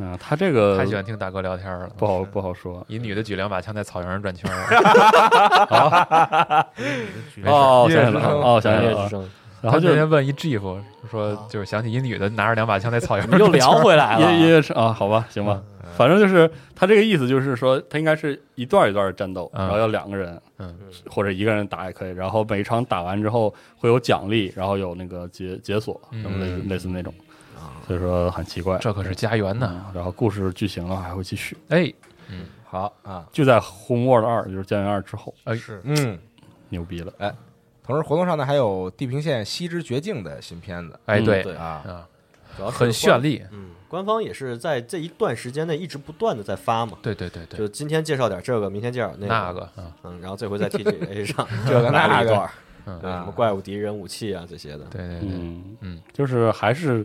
嗯，他这个太喜欢听大哥聊天了，不好不好说。一女的举两把枪在草原上转圈儿， <laughs> 音乐之哦，想起来了，声哦，想起来夜之了。声，然后他就哦那天问一 G 夫说，就是想起一女的拿着两把枪在草原 <laughs> 你上又转圈聊儿回来也了。也是啊，好吧，行吧，嗯反正就是他这个意思，就是说他应该是一段一段的战斗，嗯然后要两个人，嗯，或者一个人打也可以，然后每一场打完之后会有奖励，然后有那个解解锁，什么类似类似那种，所以说很奇怪。嗯啊这可是家园呐！然后故事剧情的话还会继续，哎，好啊，就在《Homeworld 二》就是《家园二》之后，是嗯，牛逼哎了，同时活动上呢还有《地平线：西之绝境》的新片子哎，嗯对对啊，啊，主要是很绚丽，嗯，官方也是在这一段时间内一直不断的在发嘛，对对对对，就今天介绍点这个，明天介绍那那个啊，嗯，然后这回在 TGA 上这个来了那一个段儿，嗯对什么怪物敌人武器啊这些的，对对对，嗯嗯，就是还是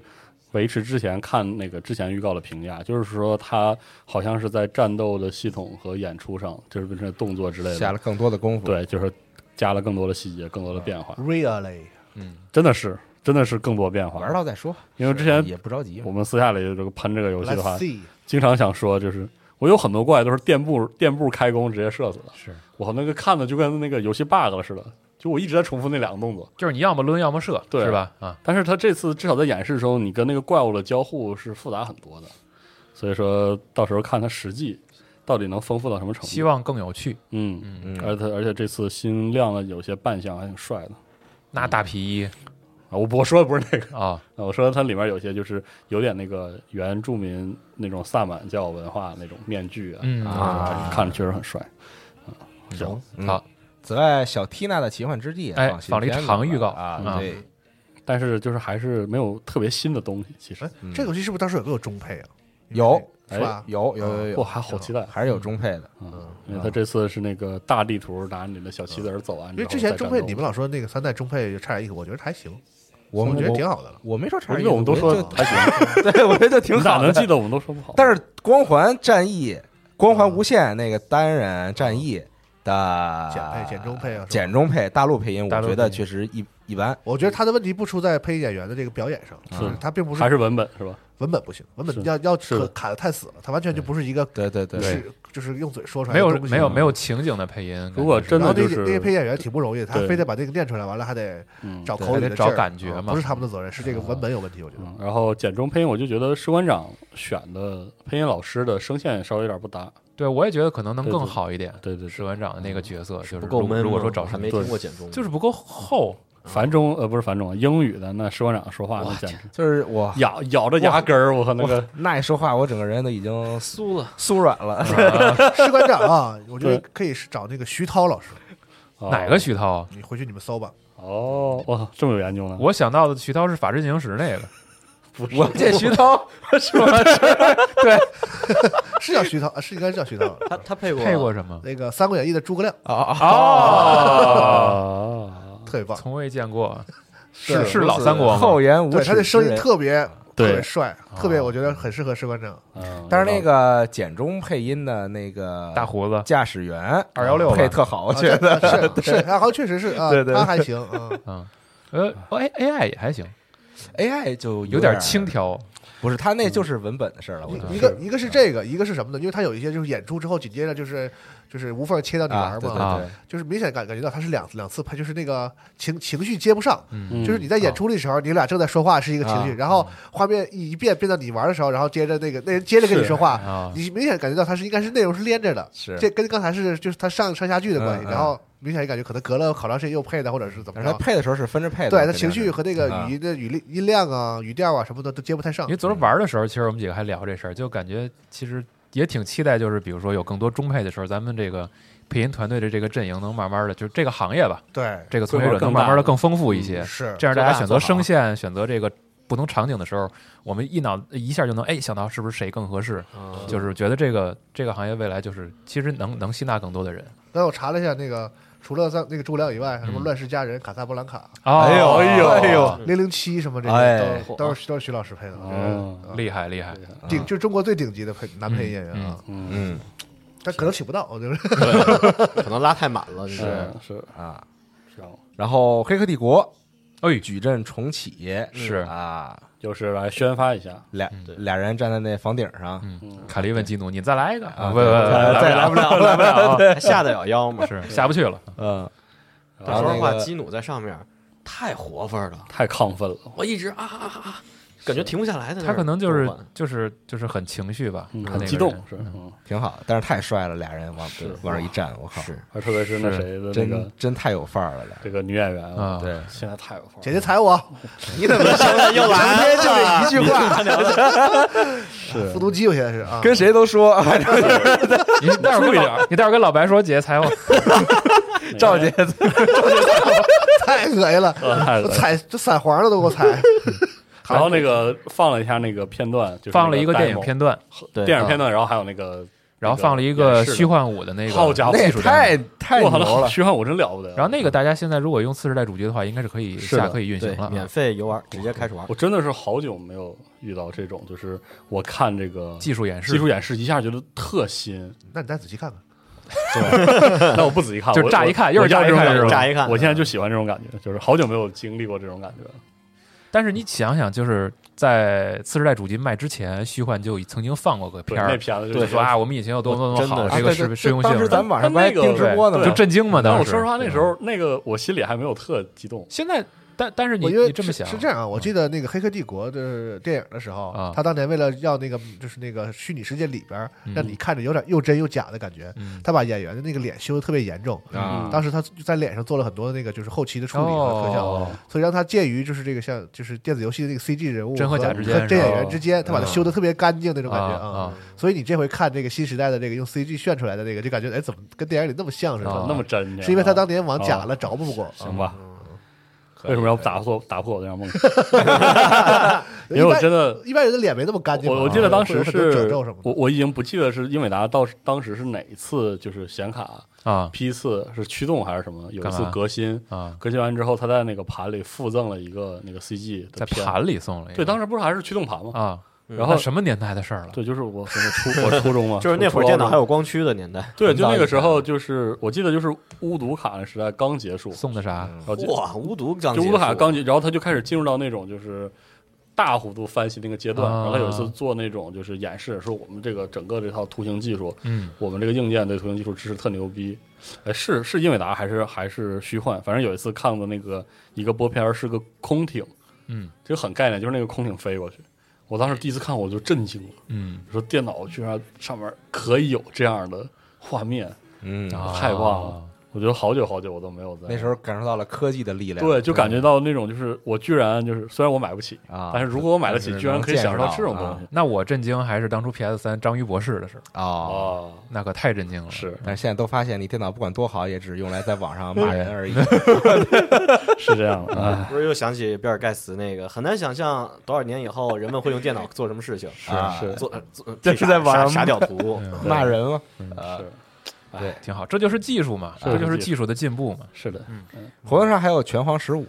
维持之前看那个之前预告的评价，就是说他好像是在战斗的系统和演出上，就是变成动作之类的，下了更多的功夫。对，就是加了更多的细节，更多的变化， really 嗯真的是，真的是更多变化。玩到再说，因为之前也不着急嘛我。们私下里这个喷这个游戏的 let's 话， see 经常想说，就是我有很多怪都是电步电步开弓直接射死的，是我那个看的就跟那个游戏 bug 了似的，就我一直在重复那两个动作。就是你要么抡，要么射，对是吧？啊，但是他这次至少在演示中，你跟那个怪物的交互是复杂很多的，所以说到时候看它实际到底能丰富到什么程度。希望更有趣。嗯，嗯而且而且这次新亮的有些扮相还挺帅的那大皮衣啊！我我说的不是那个，啊，啊我说它里面有些就是有点那个原住民那种萨满教文化那种面具啊，嗯啊，看着确实很帅。啊，行，嗯好。此外，小缇娜的奇幻之地也哎放新放了一片子长预告啊，嗯对，但是就是还是没有特别新的东西，其实哎，这个游戏是不是当时有没有中配啊？有哎是吧？嗯有有有嗯哇，有，还好期待，还是有中配的。因为他这次是那个大地图拿你的小棋子儿走完，嗯因为之前中配你们老说那个三代中配差点意思，我觉得还行，我我们觉得挺好的了。我没说差我点记意得思，我们都说觉得还行，就对，我觉得挺你咋好的。能记得我们都说不好？但是光环战役、光环无限那个单人战役的减配减中配啊是吧简中配大陆配音，大我陆觉得配音确实一一般。我觉得他的问题不出在配音演员的这个表演上，就是他并不还是是文本是吧？文本不行，文是本要要是的可卡的太死了，他完全就不是一个对对对，是就是用嘴说出来没的有东西啊没有没有情景的配音，如果感觉是真然后的那就个那些配是演员挺不容易，他对非得把这个念出来，完了还得嗯找对口还里得的找劲儿感觉啊嘛不是他们的责任，是这个文本有问题，我觉得。嗯，然后简中配音，我就觉得士官长选的配音老师的声线稍微有点不搭，对我也觉得可能能对更对好一点。对对对士官长的那个角色就是不够如闷吗。如果说找还什么没听过简中，就是不够厚，繁中呃不是繁中，英语的那士官长说话那简直就是我咬咬着牙根儿，我靠那个我那一说话，我整个人都已经酥了，酥软 <laughs> 了。士官长啊，我觉得对可以是找那个徐涛老师，哦哪个徐涛啊？你回去你们搜吧。哦，哇，这么有研究呢？我想到的徐涛是《法制进行时》那个，我这徐涛是吧？是叫徐涛，啊是应该是叫徐涛。他他配过配过什么？那个《三国演义》的诸葛亮啊 <laughs> 哦，啊，特别棒，从未见过，对是是老三国吗？厚颜无耻对之他人，的声音特别特对别帅，特哦别我觉得很适合士官长。嗯但是那个简中配音的那个大胡子驾驶员216吧配特啊好，我觉得。得是是，啊，好像确实是啊，对对他还行啊。呃，A A I 也还行， AI 就有点轻，佻。不是他那就是文本的事儿了，我觉得一一个一个是这个，一个是什么呢？因为他有一些就是演出之后紧接着就是就是无缝切到女啊，儿对嘛，对对啊，就是明显感感觉到他是两两次拍，就是那个情情绪接不上，嗯就是你在演出的时候，你俩正在说话是一个情绪，啊然后画面一一变变到你玩的时候，然后接着那个那人接着跟你说话，啊你明显感觉到他是应该是内容是连着的，是这跟刚才是就是他上上下句的关系，嗯嗯然后明显感觉可能隔了好长时间又配的，或者是怎么但是他着。配的时候是分着配的，对他肯定情是绪和那个啊语音的语力音量啊、语调啊什么的都接不太上因为。昨天玩的时候，其实我们几个还聊这事儿，就感觉其实也挺期待，就是比如说有更多中配的时候，咱们这个配音团队的这个阵营能慢慢的，就是这个行业吧，对，这个从业者能慢慢的更丰富一些， <laughs> 是这样大家选择做大做好声线、选择这个不同场景的时候，我们一脑一下就能哎想到是不是谁更合适，就是觉得这个这个行业未来就是其实能能吸纳更多的人。那我查了一下，那个除了三那个诸葛亮以外，什么嗯《乱世佳人》、《卡萨布兰卡哎呦哎呦哎呦》、 《零零七》什么这哎些，都都是都是徐老师配的，我觉哦得厉害厉害！啊顶就是中国最顶级的配男配演员啊，嗯嗯，但可能请不到，我觉得可能拉太满了，是嗯是啊。是啊，然后《黑客帝国哎》，矩阵重启是啊，就是来宣发一下，俩俩人站在那房顶上嗯，凯利问基努：“你再来一个？”啊不不不，对来再来不了，来不 <laughs> 了，还下得了腰吗？不。是下不去了。嗯，然说后实话，那个基努在上面太活泛了，太亢奋了，我一直啊啊啊啊，感觉停不下来的。他可能就是就是就是很情绪吧，嗯他那很个激动人，是嗯，挺好，但是太帅了，俩人往往上一站，我靠，是而特别是那谁的那个真真太有范儿了，俩人这个女演员啊，，对，现在太有范儿了，姐姐踩我，你怎么现在又来了？就一句话， <laughs> 复读机我现在是啊，跟谁都说，反正你待会儿跟老你待会儿跟老白说，姐姐踩我，赵姐太恶心了，呃太我踩这散黄了都给我踩，然后那个放了一下那个片段，就是放了一个电影 demo 片段，对电影片段，然后还有那个，然后放了一个演示的虚幻五的那个，好家伙那也技术单太元太牛哇，那了，徐焕武真了不得。然后那个大家现在如果用次世代主机的话，应该是可以嗯是的下可以运行对了，免啊费游玩，直接开始玩我。真的是好久没有遇到这种，就是我看这个技术演示技术演示一下觉得特新，那你再仔细看看， <laughs> 但我不仔细看，就我乍一看又是我乍一看这种感觉是吧乍一看我现在就喜欢这种感觉，就是好久没有经历过这种感觉了。但是你想想，就是在次世代主机卖之前，虚幻就曾经放过个对，片那儿，片子就就说啊，我们以前有多么多么我真好，的这啊个对适对适用性当时咱什们么网上不但还那个定直播呢的吗？就震惊嘛。但当我说实话，那时候那个我心里还没有特激动，现在，但但是你我因为你这么想嗯是是这样啊，我记得那个《黑客帝国》的电影的时候，啊他当年为了要那个就是那个虚拟世界里边儿嗯让你看着有点又真又假的感觉，嗯他把演员的那个脸修的特别严重。嗯啊当时他在脸上做了很多的那个就是后期的处理和特效，哦，所以让他介于就是这个像就是电子游戏的那个 CG 人物真和和假之间和真是吧嗯演员之间，他把它修的特别干净那种感觉嗯啊啊所以你这回看这个新时代的这个用 CG 炫出来的这个，就感觉哎怎么跟电影里那么像似啊的？那么真，啊是因为他当嗯时年往假了着不过，行吧？可以为什么要可以打破打破我这样梦 <laughs> 想？一因为我般真的一般人的脸没那么干净嘛。啊我我记得当时会有很多褶是皱什么，我我已经不记得是英伟达到当时是哪一次，就是显卡啊 P 四是驱动还是什么，有一干次嘛革新，啊，革新完之后，他在那个盘里附赠了一个那个 CG 在的片，盘里送了一个，对，当时不是还是驱动盘吗？啊，然后那什么年代的事儿了？对，就是我我初我初中嘛，啊就是那会儿初高电脑中还有光驱的年代， <laughs> 对，就那个 <laughs> 时候就是我记得就是巫毒卡的时代刚结束，送的啥？然后就哇，无毒刚就结乌束鲁卡刚结，然后他就开始进入到那种就是大幅度翻新那个阶段。啊然后他有一次做那种就是演示，说我们这个整个这套图形技术，嗯，我们这个硬件对图形技术支持特牛逼。哎，是是英伟达还是还是虚幻？反正有一次看过那个一个播片儿是个空艇，嗯，这个很概念，就是那个空艇飞过去。我当时第一次看我就震惊了，嗯，说电脑居然上面可以有这样的画面，嗯太棒了！我觉得好久好久我都没有在那时候感受到了科技的力量，嗯对，就感觉到那种就是我居然就是虽然我买不起啊但是如果我买得起，但是居然可以能见享受到到这种东啊西那我震惊还是当初 PS 三章鱼博士的事儿，哦。啊，那可太震惊了。 <laughs> 是但是现在都发现，你电脑不管多好，也只是用来在网上骂人而已。是这样的，哎，不是又想起比尔盖茨那个，很难想象多少年以后人们会用电脑做什么事情，啊是做做这是在网上傻屌图，骂人吗？嗯是挺好，这就是技术嘛，是这就是技术技术的进步嘛。是嗯的，活动上还有拳皇十五，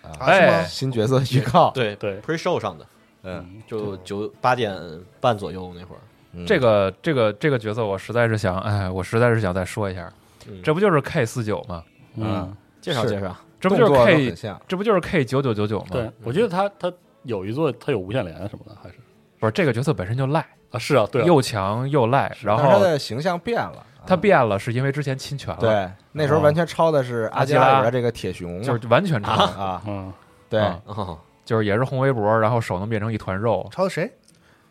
啊哎是吗？新角色预告，对对，pre show 上的，嗯，就九八点半左右那会儿，嗯这个这个这个角色，我实在是想，哎，我实在是想再说一下，嗯这不就是 K 四九吗？嗯，介绍是介绍，这不就是动作都 K 很像这不就是 K 九九九九吗？嗯对，，我记得他他有一座他有无线连什么的，还是不是这个角色本身就赖，啊是啊，对啊，又强又赖，但然是他后的形象变了，啊他变了，是因为之前侵权了，，嗯对那时候完全抄的是阿基拉里的这个铁熊嘛就是完全成功，啊，嗯对啊哦，就是也是红围脖，然后手能变成一团肉，抄的谁？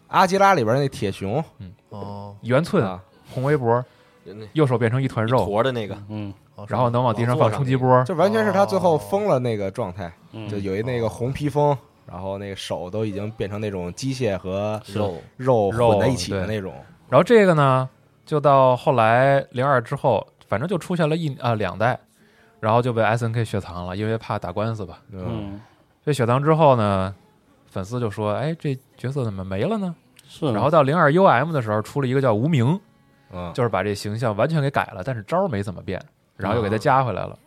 阿基拉里边那铁熊哦，圆寸啊，红围脖，那右手变成一团肉，活的那个，嗯哦然后能往地上放冲击波，就完全是他最后疯了那个状态，哦嗯就有一那个红披风，然后那个手都已经变成那种机械和肉肉肉混在一起的对那种，然后这个呢，就到后来零二之后，反正就出现了一啊、两代，然后就被 S N K 雪藏了，因为怕打官司吧。嗯，嗯被雪藏之后呢，粉丝就说：“哎，这角色怎么没了呢是？”呢，啊然后到零二 U M 的时候，出了一个叫无名，嗯就是把这形象完全给改了，但是招儿没怎么变，然后又给它加回来了。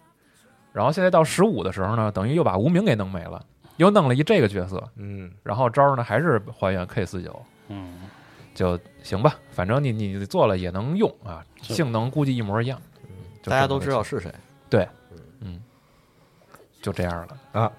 然后现在到十五的时候呢，等于又把无名给弄没了，又弄了一这个角色，嗯，然后招儿呢还是还原 K 四九，嗯就行吧，反正你你做了也能用啊，是性能估计一模一样，就大家这都么个知道是谁，就这样了。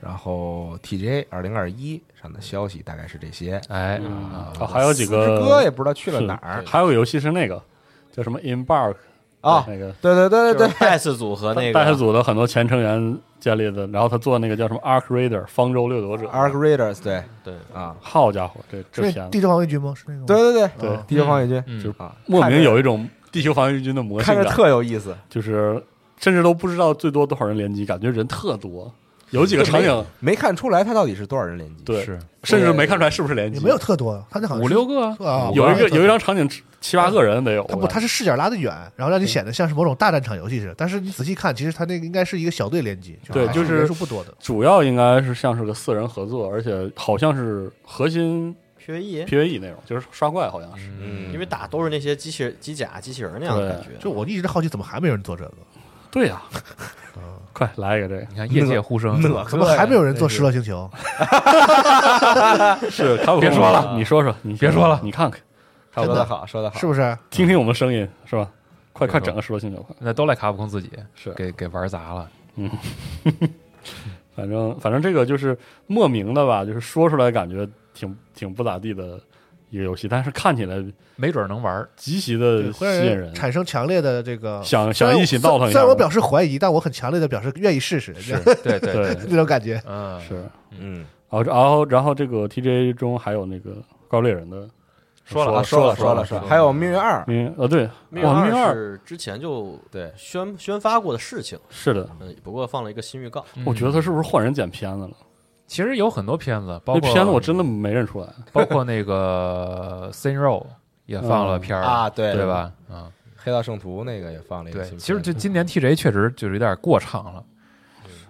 然后 TJ 二零二一上的消息大概是这些，哎，嗯啊啊还有几四之歌个也不知道去了是哪儿还有个游戏是那个叫什么 Embark 啊，那个对对对对对，戴斯组合那大学个，组的很多前成员建立的，然后他做那个叫什么 Arc Raider 方舟掠夺者 Arc Raiders，对对啊，好家伙，这这是片地子球防卫军吗？是那个吗？对对对，对啊地球防卫军嗯就啊，莫名看有一种地球防御军的魔着性看着感，特有意思，就是甚至都不知道最多多少人联机，感觉人特多，有几个场景没看出来他到底是多少人联机，对，是甚至没看出来是不是联也机，没有特多，他那好像五是六个啊啊，嗯有一个有一张张。场啊景七八个人得有吧，它不，它是视角拉得远，然后让你显得像是某种大战场游戏似的。但是你仔细看，其实它那个应该是一个小队联机，对还就是是人数不多的。主要应该是像是个四人合作，而且好像是核心 PVE， PVE 那种，就是刷怪好像是，嗯，因为打都是那些机器人机甲、机器人那样的感觉，就我一直好奇，怎么还没有人做这个？对呀， <laughs> 快来一个这个。你看业界呼声，哪怎么还没有人做失落星球？是卡普空别说了你说说，你别说了你看看，卡说普的空，好，说的好，是不是？听听我们声音是吧？快别快说整个石头星球，快！那都赖卡普空自己是给给玩砸了。反正反正这个就是莫名的吧，就是说出来感觉挺挺不咋地的一个游戏，但是看起来没准儿能玩儿，极其的对吸会让引人人，产生强烈的这个想虽想然我一起闹腾一下。虽然我表示怀疑，但我很强烈的表示愿意试试，对对，对那种感觉。嗯，是，嗯，然后然后然后这个 TJ 中还有那个高猎人嗯的说了啊说了说了说了，还有命运二，命运呃对，命哇运命运二是之前就对宣宣发过的事情，是的，嗯，不过放了一个新预告，嗯我觉得他是不是换人剪片子了？其实有很多片子，包那括片子我真的没认出来。包括那个 Sin Row 也放了片儿啊对对吧？啊，黑道圣徒那个也放了一个对，新片，其实这今年 TJ 确实就是有点过长了，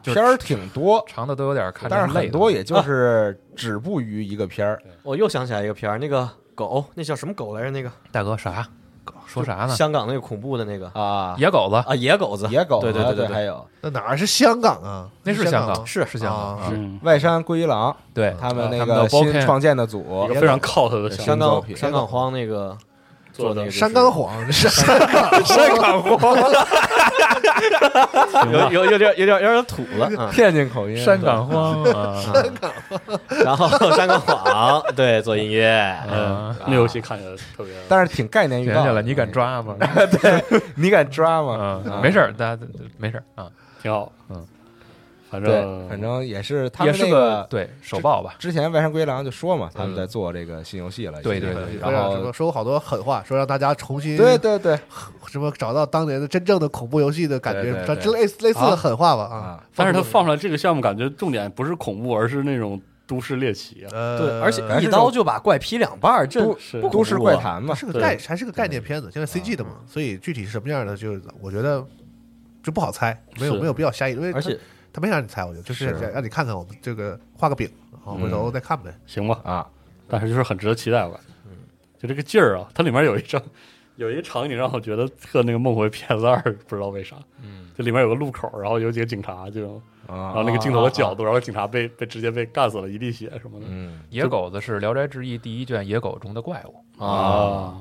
就片是儿挺多，长的都有点看着但是累很的多也就是止步于一个片儿，我又想起来一个片儿，那个狗，那叫什么狗来着？那个大哥啥说啥呢？香港那个恐怖的那个啊，野狗子啊，野狗子，野狗对对啊对对还对，有那哪儿是香港啊？那是香香港，吗是是香港，啊啊嗯，外山龟一郎对他啊们那啊他们的个 Balkan 新创建的一组个，非常 cult 的项香目作港品香港荒那个做的那个就是山冈晃，山港香港有有有点有点有点土了啊。天津口音，山港荒啊，然后山冈晃对做音乐，啊嗯，那游戏看起来特别，但是挺概念预 <laughs> 停告下的，来，你敢抓吗？你敢抓吗？嗯，没事儿，大家没事儿啊。挺好。反对，正反正也是他也们是那个对手报吧，之前外山龟郎就说嘛，他们在做这个新游戏了，对已经对对对然说啊什后么说过好多狠话，说让大家重新对对对什么找到当年的真正的恐怖游戏的感觉对，这对对这类似类似的狠话吧啊啊！但是他出来放出来这个项目，感觉重点不是恐怖，而是那种都市猎奇啊。呃，对，而且还是一刀就把怪劈两半儿，这都是不都市怪恐怖啊。谈嘛，是个概还是个概念片子，现在 CG 的啊嘛，所以具体是什么样的，就我觉得就不好猜，没有是没有必要瞎，因为而且他没让你猜，我觉得就是是让让你看看我们这个画个饼，然后嗯回头再看呗。行吧，啊，嗯但是就是很值得期待，我感觉。就这个劲儿啊，它里面有一张有一场景让我觉得特那个《梦回 PS 二》，不知道为啥。嗯，就里面有个路口，然后有几个警察就，然后啊，那个镜头的角度，然后警察被被直接被干死了，一地血什么的。嗯，野狗子是《聊斋志异》第一卷《野狗》中的怪物，啊，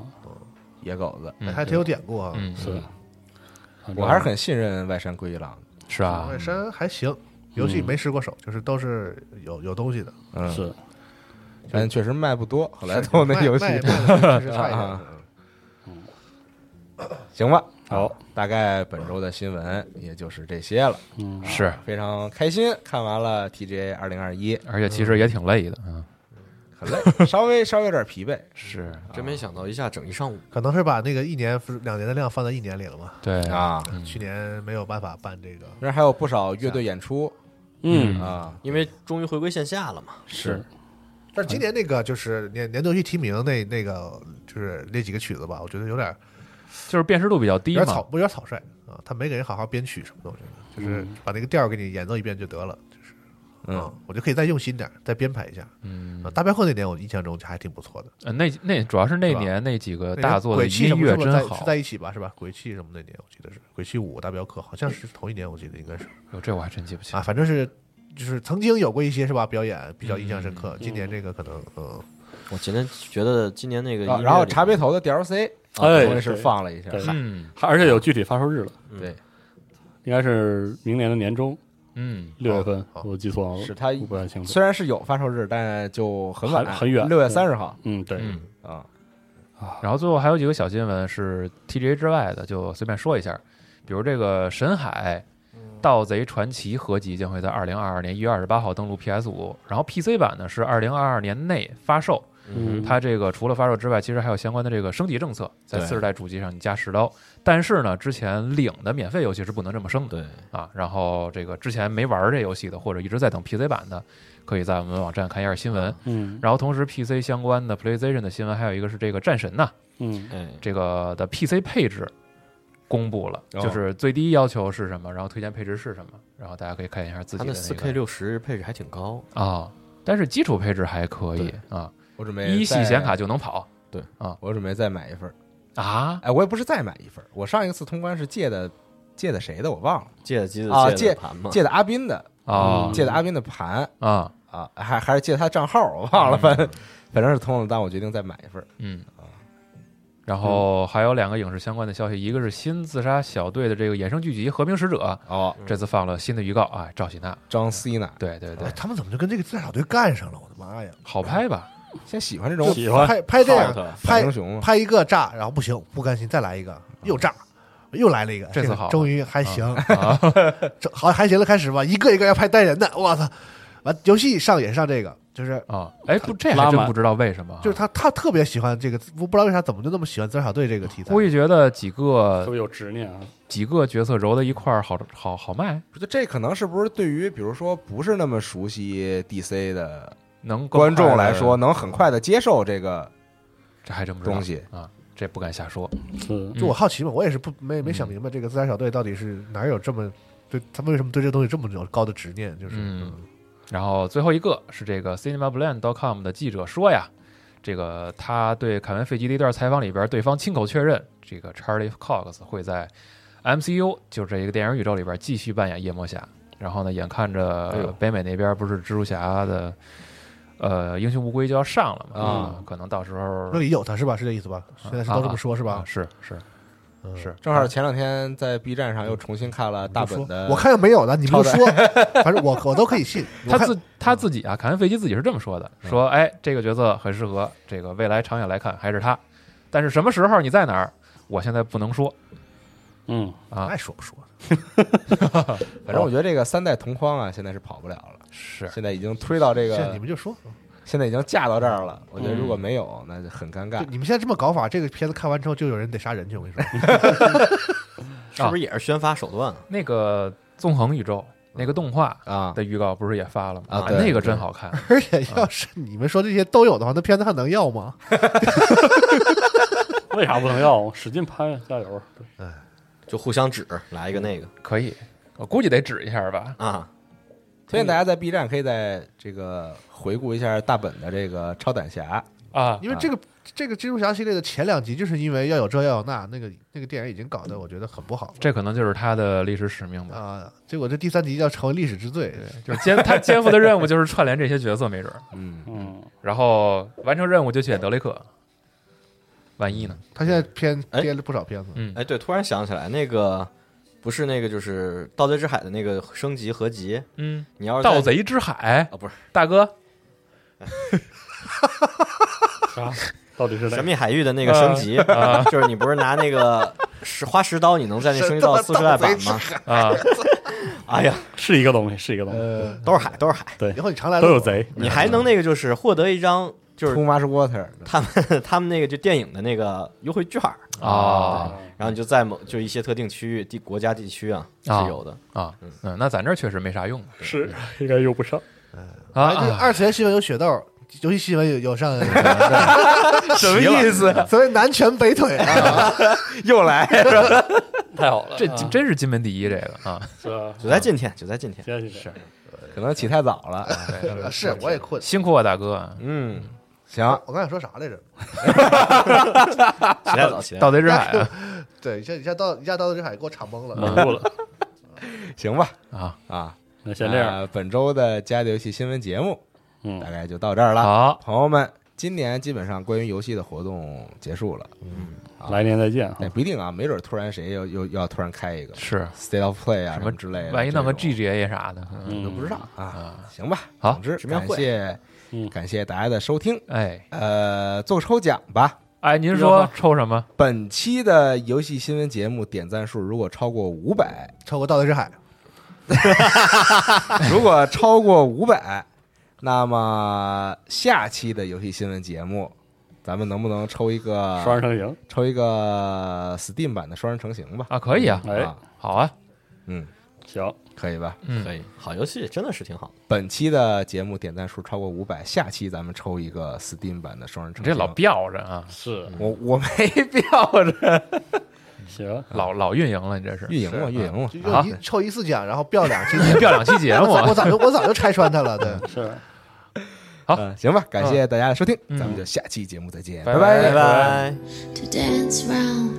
野狗子，嗯还挺有典故啊。嗯，是的。嗯嗯我还是很信任外山龟一郎，是啊外，山还行，游戏没失过手，就是都是有有东 <laughs> 西的。嗯，是但确实卖不多，后来都那游戏 <laughs> 卖卖卖的确实差一点。啊嗯行吧，啊好，大概本周的新闻也就是这些了，嗯是，非常开心看完了 TGA 二零二一，而且其实也挺累的，嗯，很累，稍微稍微有点疲惫，是真没想到一下整一上午，可能是把那个一年两年的量放在一年里了嘛。对，啊，嗯去年没有办法办这个，那还有不少乐队演出嗯啊，因为终于回归线下了嘛。是但是今年那个就是年年度游戏提名那那个就是那几个曲子吧，我觉得有点就是辨识度比较低有点草，嘛，不有点草率啊，他没给人好好编曲什么的，我觉得就是嗯把那个调儿给你演奏一遍就得了，就是啊嗯，，我就可以再用心点儿，再编排一下。嗯啊，，大镖客那年我印象中还挺不错的，呃那那主要是那是吧年那几个那大年作的鬼泣音什么乐时候在真是好，在一起吧，是吧？鬼泣什么那年我记得是鬼泣五大镖客，好像是同一年，我记得应该是哟这我还真记不清啊，，反正是。就是曾经有过一些是吧表演比较印象深刻，今年这个可能嗯我今天觉得今年那个音乐啊里，然后茶杯头的 DLC，哎终于啊是放了一下，对嗯还而且有具体发售日了，对，应该是明年的年中嗯，六月份，好我记错了，是它我不太清楚。虽然是有发售日，但就很晚很很远六月三十号嗯，对，嗯啊，然后最后还有几个小新闻是 TGA 之外的，就随便说一下，比如这个《神海》《盗贼传奇》合集将会在二零二二年一月二十八号登陆 PS 五，然后 PC 版呢是二零二二年内发售。嗯，它这个除了发售之外，其实还有相关的这个升级政策，在对四十代主机上你加十刀，但是呢，之前领的免费游戏是不能这么升的。对，啊，然后这个之前没玩儿这游戏的，或者一直在等 PC 版的，可以在我们网站看一下新闻。嗯然后同时 PC 相关的 PlayStation 的新闻，还有一个是这个战神呐、嗯哎，这个的 PC 配置公布了，哦就是最低要求是什么，然后推荐配置是什么，然后大家可以看一下自它己的的那四个 K 六十配置还挺高，啊、但是基础配置还可以啊，我准备一系再显卡，就能跑我准备再买一份儿，啊。哎，我也不是再买一份儿，我上一次通关是借的借的谁的我忘了，借的机子啊借的盘嘛，借的阿斌的，啊嗯借的阿斌的盘啊，啊，还还是借他账号，我忘了，反正反正是通了，但我决定再买一份儿嗯，然后还有两个影视相关的消息，一个是新自杀小队的这个衍生剧集《和平使者》，哦，这次放了新的预告啊，赵喜娜，张 C 呢，对对对哎，，他们怎么就跟这个自杀小队干上了？我的妈呀！好拍吧？先喜欢这种就喜欢拍拍这样好的反拍英雄嘛，拍一个炸，然后不行，不甘心，再来一个，又炸，又来了一个，这次个好了终于还行，这好还行了，开始吧，一个一个要拍带人的，我操！完，游戏上也上这个，就是啊，哎，不，这拉还真满不知道为什么啊，就是他他特别喜欢这个，不不知道为啥怎么就那么喜欢自杀小队这个题材估。计觉得几特个别有执念啊，几个角色揉到一块儿，好好好卖，就这可能是不是对于比如说不是那么熟悉 DC 的能更观众快地来说，，能很快的接受这个这还真不知道东西，啊，这不敢瞎说。是嗯就我好奇嘛，我也是不没没想明白这个自杀小队到底是哪有这么对他们为什么对这个东西这么有高的执念，就是嗯然后最后一个是这个 cinemablend.com 的记者说呀，这个他对凯文·费吉的一段采访里边，对方亲口确认，这个 Charlie Cox 会在 MCU 就是这一个电影宇宙里边继续扮演夜魔侠。然后呢，眼看哎呦着北美那边不是蜘蛛侠的，呃，英雄无归就要上了嘛，啊嗯可能到时那候里有他是吧？是这意思吧？现在是都这么说，是啊吧？是是嗯是，正好前两天在 B 站上又重新看了大说本的，我看见没有呢，你们就说， <laughs> 反正我我都可以信。我 <laughs> 他看自他自己啊，凯文·费奇自己是这么说的：说，哎，这个角色很适合，这个未来长远来看还是他，但是什么时候你在哪儿，我现在不能说。嗯，啊爱说不说，反正我觉得这个三代同框啊，现在是跑不了了，是现在已经推到这现在你个，们就说，嗯现在已经架到这儿了。我觉得如果没有，那就很尴就尬。你们现在这么搞法，这个片子看完之后就有人得杀人去，我跟你说， <laughs> 是不是也是宣发手段啊？那个纵横宇宙那个动画啊，的预告不是也发了吗？啊对那个真好看，而且要是嗯你们说这些都有的话，那片子还能要吗？为啥不能要？ <laughs> 使劲拍，啊加油！就互相指来一个那个可以，我估计得指一下吧。啊，推荐大家在 B 站可以在这个回顾一下大本的这个超胆侠，啊，因为这个这个蜘蛛侠系列的前两集，就是因为要有这要有那，那个那个电影已经搞得我觉得很不好了这可能就是他的历史使命吧。啊、结果这第三集要成为历史之最，就是肩他肩负的任务就是串联这些角色，没准儿，嗯，嗯，然后完成任务就选德雷克。万一呢？他现在片哎编了不少片子，嗯，哎，对，突然想起来，那个不是那个就是《盗贼之海》的那个升级合集，嗯，你要是在盗贼之海啊，不是大哥，啥？到底是《哪神？秘海域》的那个升级， <laughs> 就是你不是拿那个石花石刀，你能在那升级到四十代版吗？啊，哎呀，是一个东西，是一个东西，呃，都是海，都是海，以后你常来都有，贼。你还能那个就是获得一张就是 Too much water，他们 <laughs> 他们那个就电影的那个优惠券儿，啊然后你就在某就一些特定区域、地国家地区啊是啊有的。啊，嗯，那咱这儿确实没啥用啊的是 <laughs> 应该用不上。哎，这啊。二次元新闻有雪豆。游戏新闻有有上，什么意思？所谓南拳北腿啊，又来？太好了，这真是金门第一，这个啊，是啊，就在今天，就在今天。谢谢是可能起太早了。啊是我也困。辛苦啊，大哥！嗯，行，我刚才说啥来着？起来早，起来早盗贼之海啊嗯对，一下一下到一下到这海给我场懵稳了。住了。行吧，啊，啊，那先这样，呃本周的家里游戏新闻节目嗯大，概就到这儿了。好，朋友们，今年基本上关于游戏的活动结束了，好来年再见啊也不一定啊，没准突然谁又又又要突然开一个是 State of Play 啊什么么之类的，万一弄个这种 GGA 啥的，嗯嗯，不知道啊，行吧。好总之直面感会谢嗯感谢大家的收听，哎呃，做个抽奖吧。哎，您说抽什么？本期的游戏新闻节目点赞数如果超过五百，超过《盗贼之海》，如果超过五百，那么下期的游戏新闻节目，咱们能不能抽一个双人成行，抽一个 Steam 版的双人成行吧？啊，可以啊，哎啊，好啊，嗯，行，可以吧？嗯可以，好游戏真的是挺好的。本期的节目点赞数超过五百，下期咱们抽一个 Steam 版的双人你成这行。老啊吊着啊，是我我没 <laughs> 标着，行，老老运营了，你这是运营嘛，运营嘛就，啊用一抽一次奖，然后飙两期节目标两期节目啊 <laughs> 我，早我早就我早就拆穿他了。对，是。嗯，行吧，感谢大家的收听，嗯咱们就下期节目再见，拜拜拜拜拜。 to dance round